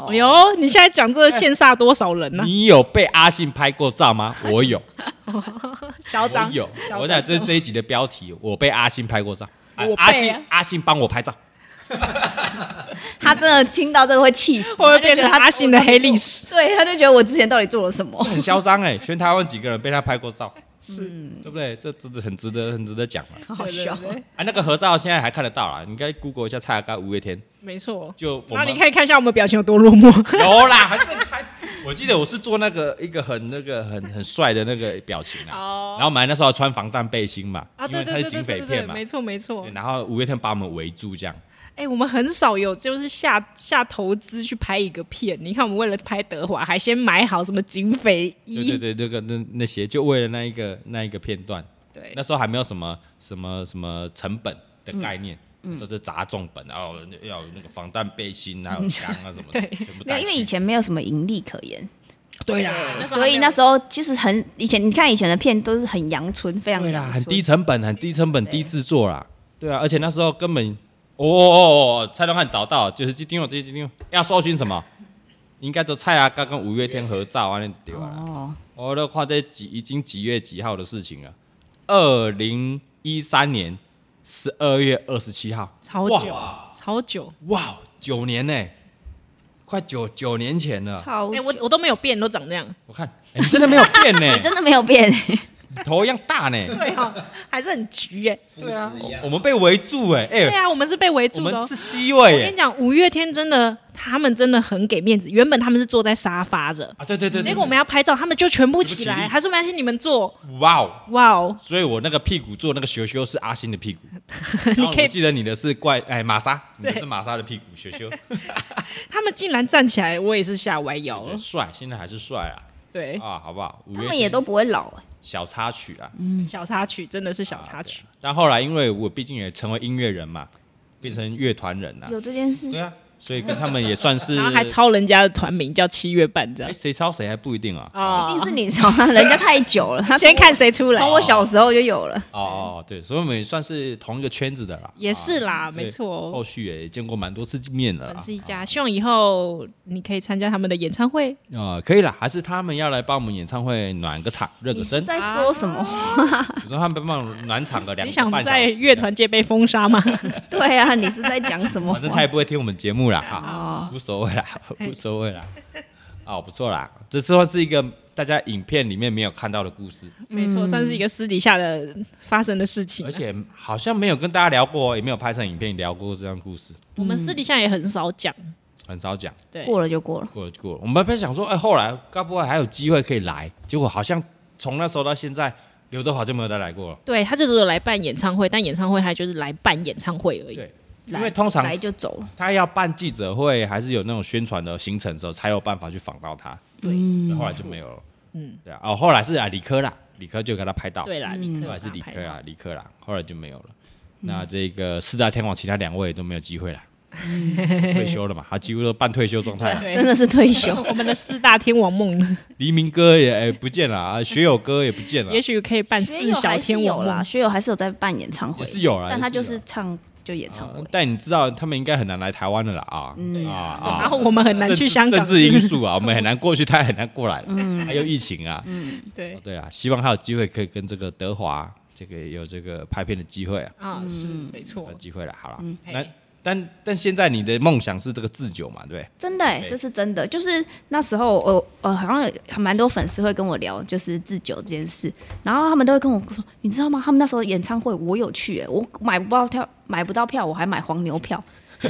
哎呦，你现在讲这个羡煞多少人 呢、你有被阿信拍过照 吗？我有，嚣我张，有。嚣我张想这是这一集的标题，我被阿信拍过照。啊我被啊阿信，阿信帮我拍照。他真的听到这个会气死，会不会变成阿信的黑历史？对，他就觉得我之前到底做了什么？很嚣 张哎，全台湾几个人被他拍过照，嗯是，对不对？这值得很值得很值得讲啊！好对笑。对对啊，那个合照现在还看得到啊啦，你应该 Google 一下蔡阿嘎、五月天，没错。就我那们你可以看一下我们表情有多落 寞。有啦，还是很开。我记得我是做那个一个很那个很很帅的那个表情哦啊，然后我们那时候还穿防弹背心嘛，啊，因为对它是对对对警匪对片对，嘛，没错没错对。然后五月天把我们围住这样，哎、我们很少有就是下下投资去拍一个片。你看，我们为了拍德华，还先买好什么警匪对衣，对对，那个那那些就为了那一个那一个片段，对那时候还没有什么什么什么成本的概念，嗯这就砸重本，然后要有那个防弹背心， 还有枪啊什么的，对全部没带有，去。因为以前没有什么盈利可言，对啦，那时候还没有所以那时候其实很以前，你看以前的片都是很阳春，非常对阳啦，春很低成本，很低成本，低制作啦，对啊，而且那时候根本，哦哦哦哦，蔡东汉找到了，就是金这金定要搜寻什么？应该都蔡阿刚跟五月天合照啊，那对吧？哦，我的话，这几已经几月几号的事情了？二零一三年十二月二十七号，超哇久超久。哇，九年呢、快九九年前了。超哎、久我我都没有变，都长这样，我看、 哎你真的没有变呢、真的没有变，你头一样大呢、对哈、还是很橘哎、对啊，一样我们被围住哎、哎、对啊，我们是被围我住的、哦们。是 C 我位跟哎、你讲，五月天真的，他们真的很给面子。原本他们是坐在沙发的，啊，对对对对结果我们要拍照，他们就全部起全部起来，立还说没关系，你们坐。哇哦！哇哦，所以我那个屁股做那个羞羞是阿星的屁 股，然后可以我记得你的是怪哎玛莎，你的是玛莎的屁股羞羞，他们竟然站起来，我也是吓歪腰了对。帅，现在还是帅啊对，啊，好不好？五他月们天也都不会老、哎小插曲啊，小插曲真的是小插曲。但后来因为我毕竟也成为音乐人嘛，变成乐团人啊，有这件事对啊，所以跟他们也算是嗯 然后还抄人家的团名叫七月半这哎样谁抄谁还不一定啊，哦啊一定是你吵， 人家太久了，他先看谁出来哦从，我小时候就有了。哦对，所以我们也算是同一个圈子的啦，也是啦，啊没所以后错。哦续也见过蛮多次面了啊粉啦，丝一家，希望以后你可以参加他们的演唱会。啊可以啦，还是他们要来帮我们演唱会暖个场热个你身是，在说什么？你说他们帮我们暖场个两你个想半小在时，乐团界被封杀吗？ 对啊，你是在讲什么反正他话？也不会听我们节目啦，哈，哦，无所谓啦，无所谓啦，哦，不错啦，这算是一个大家影片里面没有看到的故事， 没错，算是一个私底下的发生的事情啊。而且好像没有跟大家聊过，哦也没有拍成影片聊过这段故事，我们私底下也很少讲，很少讲，对，过了就过了。过了就过了。我们本来想说，哎，后来该不会还有机会可以来？结果好像从那时候到现在，刘德华就没有再来过了。对他就只有来办演唱会，但演唱会他就是来办演唱会而已。对，因来为通常来就走了，他要办记者会，还是有那种宣传的行程的时候，才有办法去访到他。对对，后来就没有了。嗯，对啊，哦，后来是啊，理科啦，理科就给他拍到。对啦，理后科来是理拍嗯科啦，理科啦，后来就没有了。那这个四大天王其他两位都没有机会啦，嗯退休了嘛，他几乎都半退休状态了。对啊真的是退休。 我们的四大天王 梦呢，黎明哥也、哎不见了啊，学友哥也不见了，啊也许可以 办四小天王啦，梦。学友还是有在办演唱会，也是有啦但他也就是有是唱就演唱啊会。但你知道他们应该很难来台湾的啦啊啊啊！然后我们很难政去治香港，政治因是素啊，我们很难过去，他也很难过来，还有疫情啊，不是对哦对啊，希望他有机会可以跟这个德华这个有这个拍片的机会啊，啊，是没错有。机会了，好了，嘿那但但现在你的梦想是这个自酒嘛，对不对？真的、欸，对这是真的。就是那时候，我呃，好像有蛮多粉丝会跟我聊，就是自酒这件事，然后他们都会跟我说，你知道吗？他们那时候演唱会我有去、欸，我买不到票，买不到票，我还买黄牛票。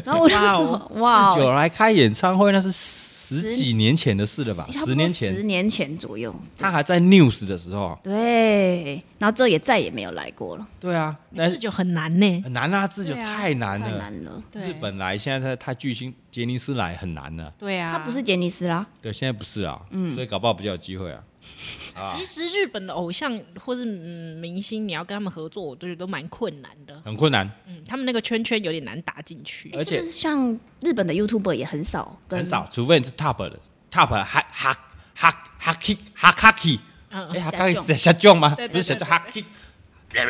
然后我就说，哇自哦，酒来开演唱会那是十几年前的事了吧？差不十多年十前，年前左右，他还在 News 的时候，对。然后之后也再也没有来过了，对啊，那哎这就很难呢。很难啊，自酒对啊太难太了。难了。对日本来现在他巨星杰尼斯来很难了，对啊，他不是杰尼斯啦，对，现在不是啊，所以搞不好比较有机会啊。其实日本的偶像或是嗯明星，你要跟他们合作，我觉得都蛮困难的。很困难，嗯，他们那个圈圈有点难打进去。而且是不是像日本的 YouTuber 也很少跟很少，除非你是 top 的 top 哈哈哈哈 k 哈卡 k 哦嗯哎，哈虾卡 k 酱是虾酱吗？对对不是虾对酱对哈 k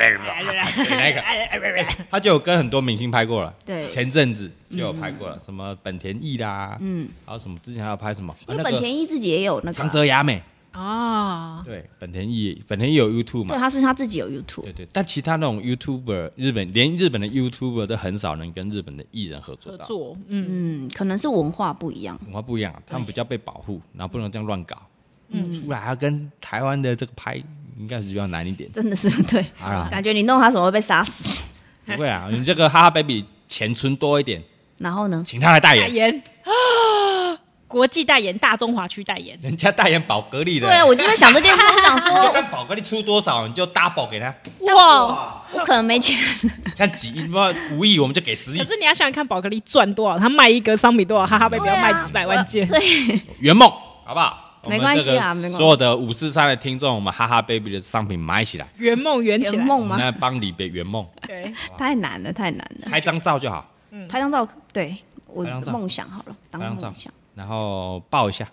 那个哎 他就有跟很多明星拍过了，对前阵子就有拍嗯过了，什么本田翼啦，嗯，还有什么之前还有拍什么，啊因那为本个田一自己也有那个长啊，泽雅美，啊，对，本田翼，本田翼有 YouTube 嘛，对，他是他自己有 YouTube，对对，但其他那种 YouTuber，日本连日本的 YouTuber 都很少能跟日本的艺人合作合到，作，嗯，嗯，可能是文化不一样。，文化不一样啊，他们比较被保护，然后不能这样乱搞，嗯，出来要跟台湾的这个拍，应该是比较难一点 真的是对，好啦感觉你弄他什么会被杀死。不会啊，你这个哈哈 baby 钱存多一点，然后呢？请他来代代哎言，言啊， 国际代言，大中华区代言，人家代言宝格丽的，对啊，我就在想这件事，我想你 就 说，看宝格丽出多少，你就 double 给他，哇！我可能没钱，看几亿，不知道五亿我们就给十亿 可，是你要想想看，宝格丽赚多少，他卖一个商品多少，哈哈贝贝对要啊卖几百万件，对，圆梦，好不好？没关系啦我们这没个关系所有的五四三的听众，我们哈哈 baby 的商品买 起来，圆梦圆起圆来，我梦们吗？来帮李北圆 梦对，太难了，太难了。拍张照就好，拍张照，对我拍张照的梦想好了，当拍张梦照想，然后抱一下，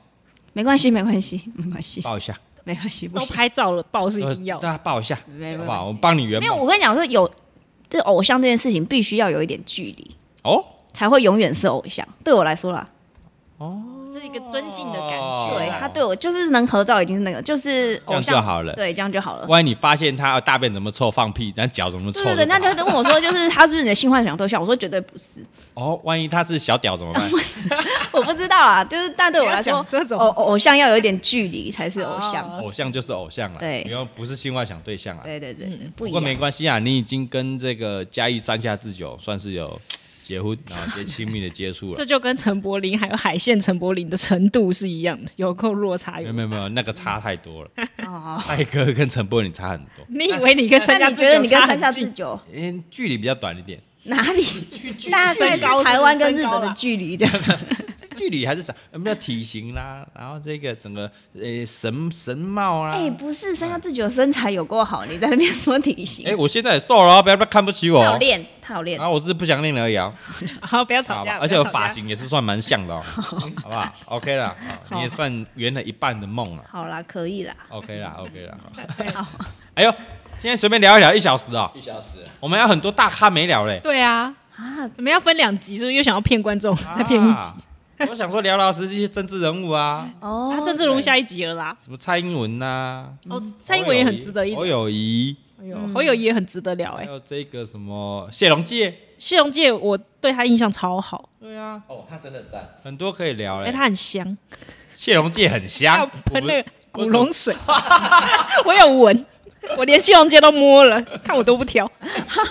没关系，没关系， 没关系，抱一下，没关系，不 都行。拍照了，报是一定要呃对。啊，抱一下，没没好不好？关系我帮你圆没有，梦我跟你讲说，有这偶像这件事情，必须要有一点距离，哦，才会永远是偶像。对我来说啦，这是一个尊敬的感觉。哦对他对我就是能合照已经是那个，就是这偶样像就好了对，这样就好了。万一你发现他大便怎么臭，放屁，然后脚怎么臭对就不好，对对，那就跟我说，就是他是不是你的性幻想对象？我说绝 对不是，哦，万一他是小屌怎么办？ 我不知道啊，就是但对我来不说要讲这，种偶偶像要有一点距离才是偶哦像。偶像就是偶像了，对不用不是性幻想对象啊。对对对，嗯对不不一过没样。关系啊，你已经跟这个嘉义三下智久算是有结婚，然后一些亲密的接触了这。就跟陈柏霖还有海线陈柏霖的程度是一样的，有够落差没有有。没有没有，那个差太多 了。 哦，泰哥跟陈柏霖差很多，你以为你跟三 那下你智觉得久你跟差山很下智近？久因为距离比较短一点，哪 里？大概身高是是台湾跟日身高本的啦距离 这样。距离还是少。有没有体型啦，然后这个整个呃神神貌啦。哎，不是，山下智久身材有够好，你在那边说体型哎，？我现在也瘦了哦，不要不要看不起我他好哦。练，他好练然。后我只是不想练而已啊， 好，不要好吵吧架。而且不我要吵架发，型也是算蛮像的 哦，好不好？OK 啦，好你也算圆了一半的梦了。好啦，可以啦。 OK 啦，OK 啦。好好，哎呦，现在随便聊一聊一小时哦，一小时了，我们还有很多大咖没聊嘞。对啊，啊，怎么样分两集？是不是又想要骗观众，再骗一集？啊。我想说聊聊是一些政治人物啊，啊，哦，郑志龙下一集了啦。什么蔡英文呐、哦，蔡英文也很值得一侯聊。友谊，哎呦，侯友谊也很值得聊还哎。有这个什么谢龙介，谢荣介，我对他印象超好，对啊，哦，他真的赞，很多可以聊哎，嘞。他很香，谢龙介很他有香，喷我那不个古龙水， 我有闻，我连谢荣介都摸了，看我都不挑。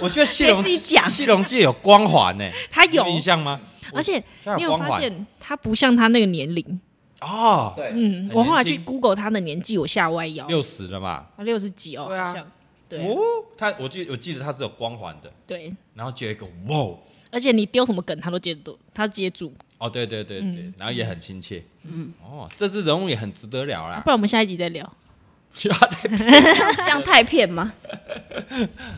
我 觉得谢龙自己讲谢龙介有光环呢，他 有嗯你印象吗？而且他你有有光发环现他不像他那个年龄，哦，对，嗯，很我后来年去轻 Google 他的年纪，我吓歪腰，六十了嘛，他六十几哦，对啊好像，对哦，他我记我记得他是有光环的，对，然后就有一个哇，而且你丢什么梗他都接得住，他接住，哦对对对对，然后也很亲切，嗯，哦，政治人物也很值得聊啦 不。然我们下一集再聊。嗯就要再这样太骗吗？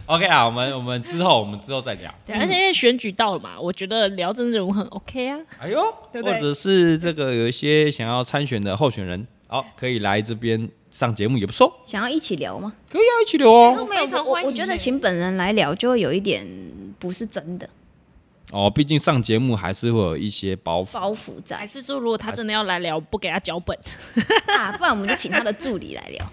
OK 啊，我们我们之后我们之后再聊。对，而且因为选举到了嘛，我觉得聊政治人物很 OK 啊。哎呦，对不或对者是这个有一些想要参选的候选人，好、可以来这边上节目也不错，想要一起聊吗？可以啊，一起聊哦。非常我欢迎我觉得耶请本人来聊就会有一点不是真的，哦，毕竟上节目还是会有一些包袱。包袱在还是说如果他真的要来聊，不给他 脚本， 啊，不然我们就请他的助理来聊，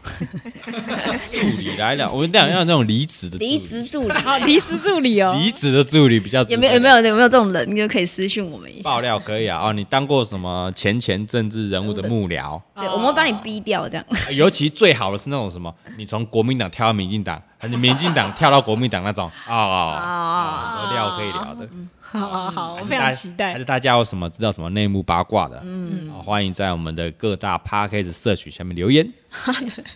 助理来 了，我们讲要那种离职的助理离职助理。哦，离职助理哦，离职的助理比较值得有没有有没有有没有这种人，你就可以私讯我们一下爆。料可以啊？哦，你当过什么前前政治人物的幕僚？对，我们会帮你逼掉这样。呃尤其最好的是那种什么，你从国民党跳到民进党，还是民进党跳到国民党那种啊、哦哦，很多料可以聊的。好好好，我还是非大常期还待是。大家有什么知道什么内幕八卦的，嗯、欢迎在我们的各大 p a c k a g e 社群下面留言。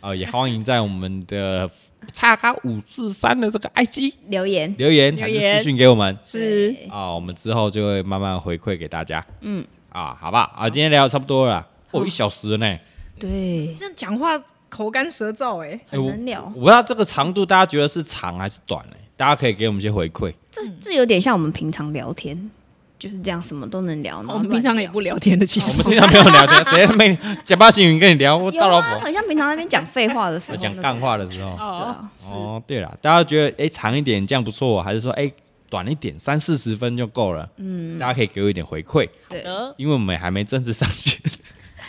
啊、也欢迎在我们的叉咖五四三的这个 IG 留言留言，留还是言私讯给我们是，啊、我们之后就会慢慢回馈给大家。嗯，啊，好吧，啊，今天聊得差不多了啦，哦，一小时了呢。对，这样讲话口干舌燥哎，哎，我很难聊我不知道这个长度大家觉得是长还是短呢、大家可以给我们一些回馈。这这有点像我们平常聊天，就是这样，什么都能聊。哦然后我们平常也乱不聊天的，其我实 们平常没有聊天，谁没假巴星云跟你聊？我聊大老有啊，婆很像平常那边讲废话的时我候，讲干。话的时候。哦，啊，哦，对了，大家觉得哎、长一点这样不错，还是说哎、短一点三四十分就够了？嗯，大家可以给我一点回馈，对。呃，因为我们还没正式上 线，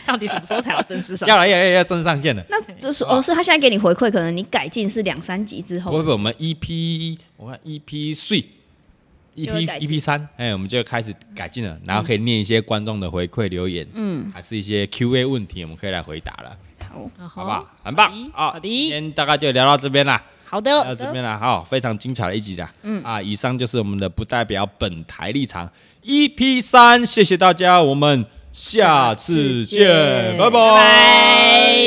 到底什么时候才要正式上要？来要来要要正式上线了。那就是哦，所以他现在给你回馈，可能你改进是两三集之不会后不，会，我们 EP 我 E 看 EP 3就会 EP 改进 EP 三，哎，我们就开始改进了，然后可以念一些观众的回馈留言，嗯，还是一些 Q&A 问题，我们可以来回答了，好，嗯哼好不好？很棒啊！好今的，天大概就聊到这边啦，好聊的，到好这的，边啦，好，非常精彩的一集啦，嗯啊，以上就是我们的不代表本台立场 EP 三，谢谢大家，我们下次见，拜拜。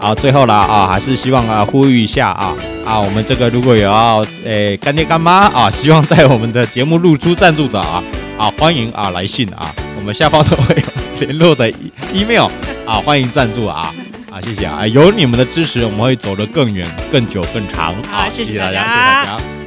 啊，最后了啊，还是希望啊呼吁一下啊啊，我们这个如果有要诶、干爹干妈啊， 希望在我们的节目露出赞助的啊啊，欢迎啊来信啊，我们下方都会有联络的 e- email 啊，欢迎赞助啊啊，谢谢啊，有你们的支持，我们会走得更远、更久、更长啊，好谢谢谢大大家，家谢谢大家。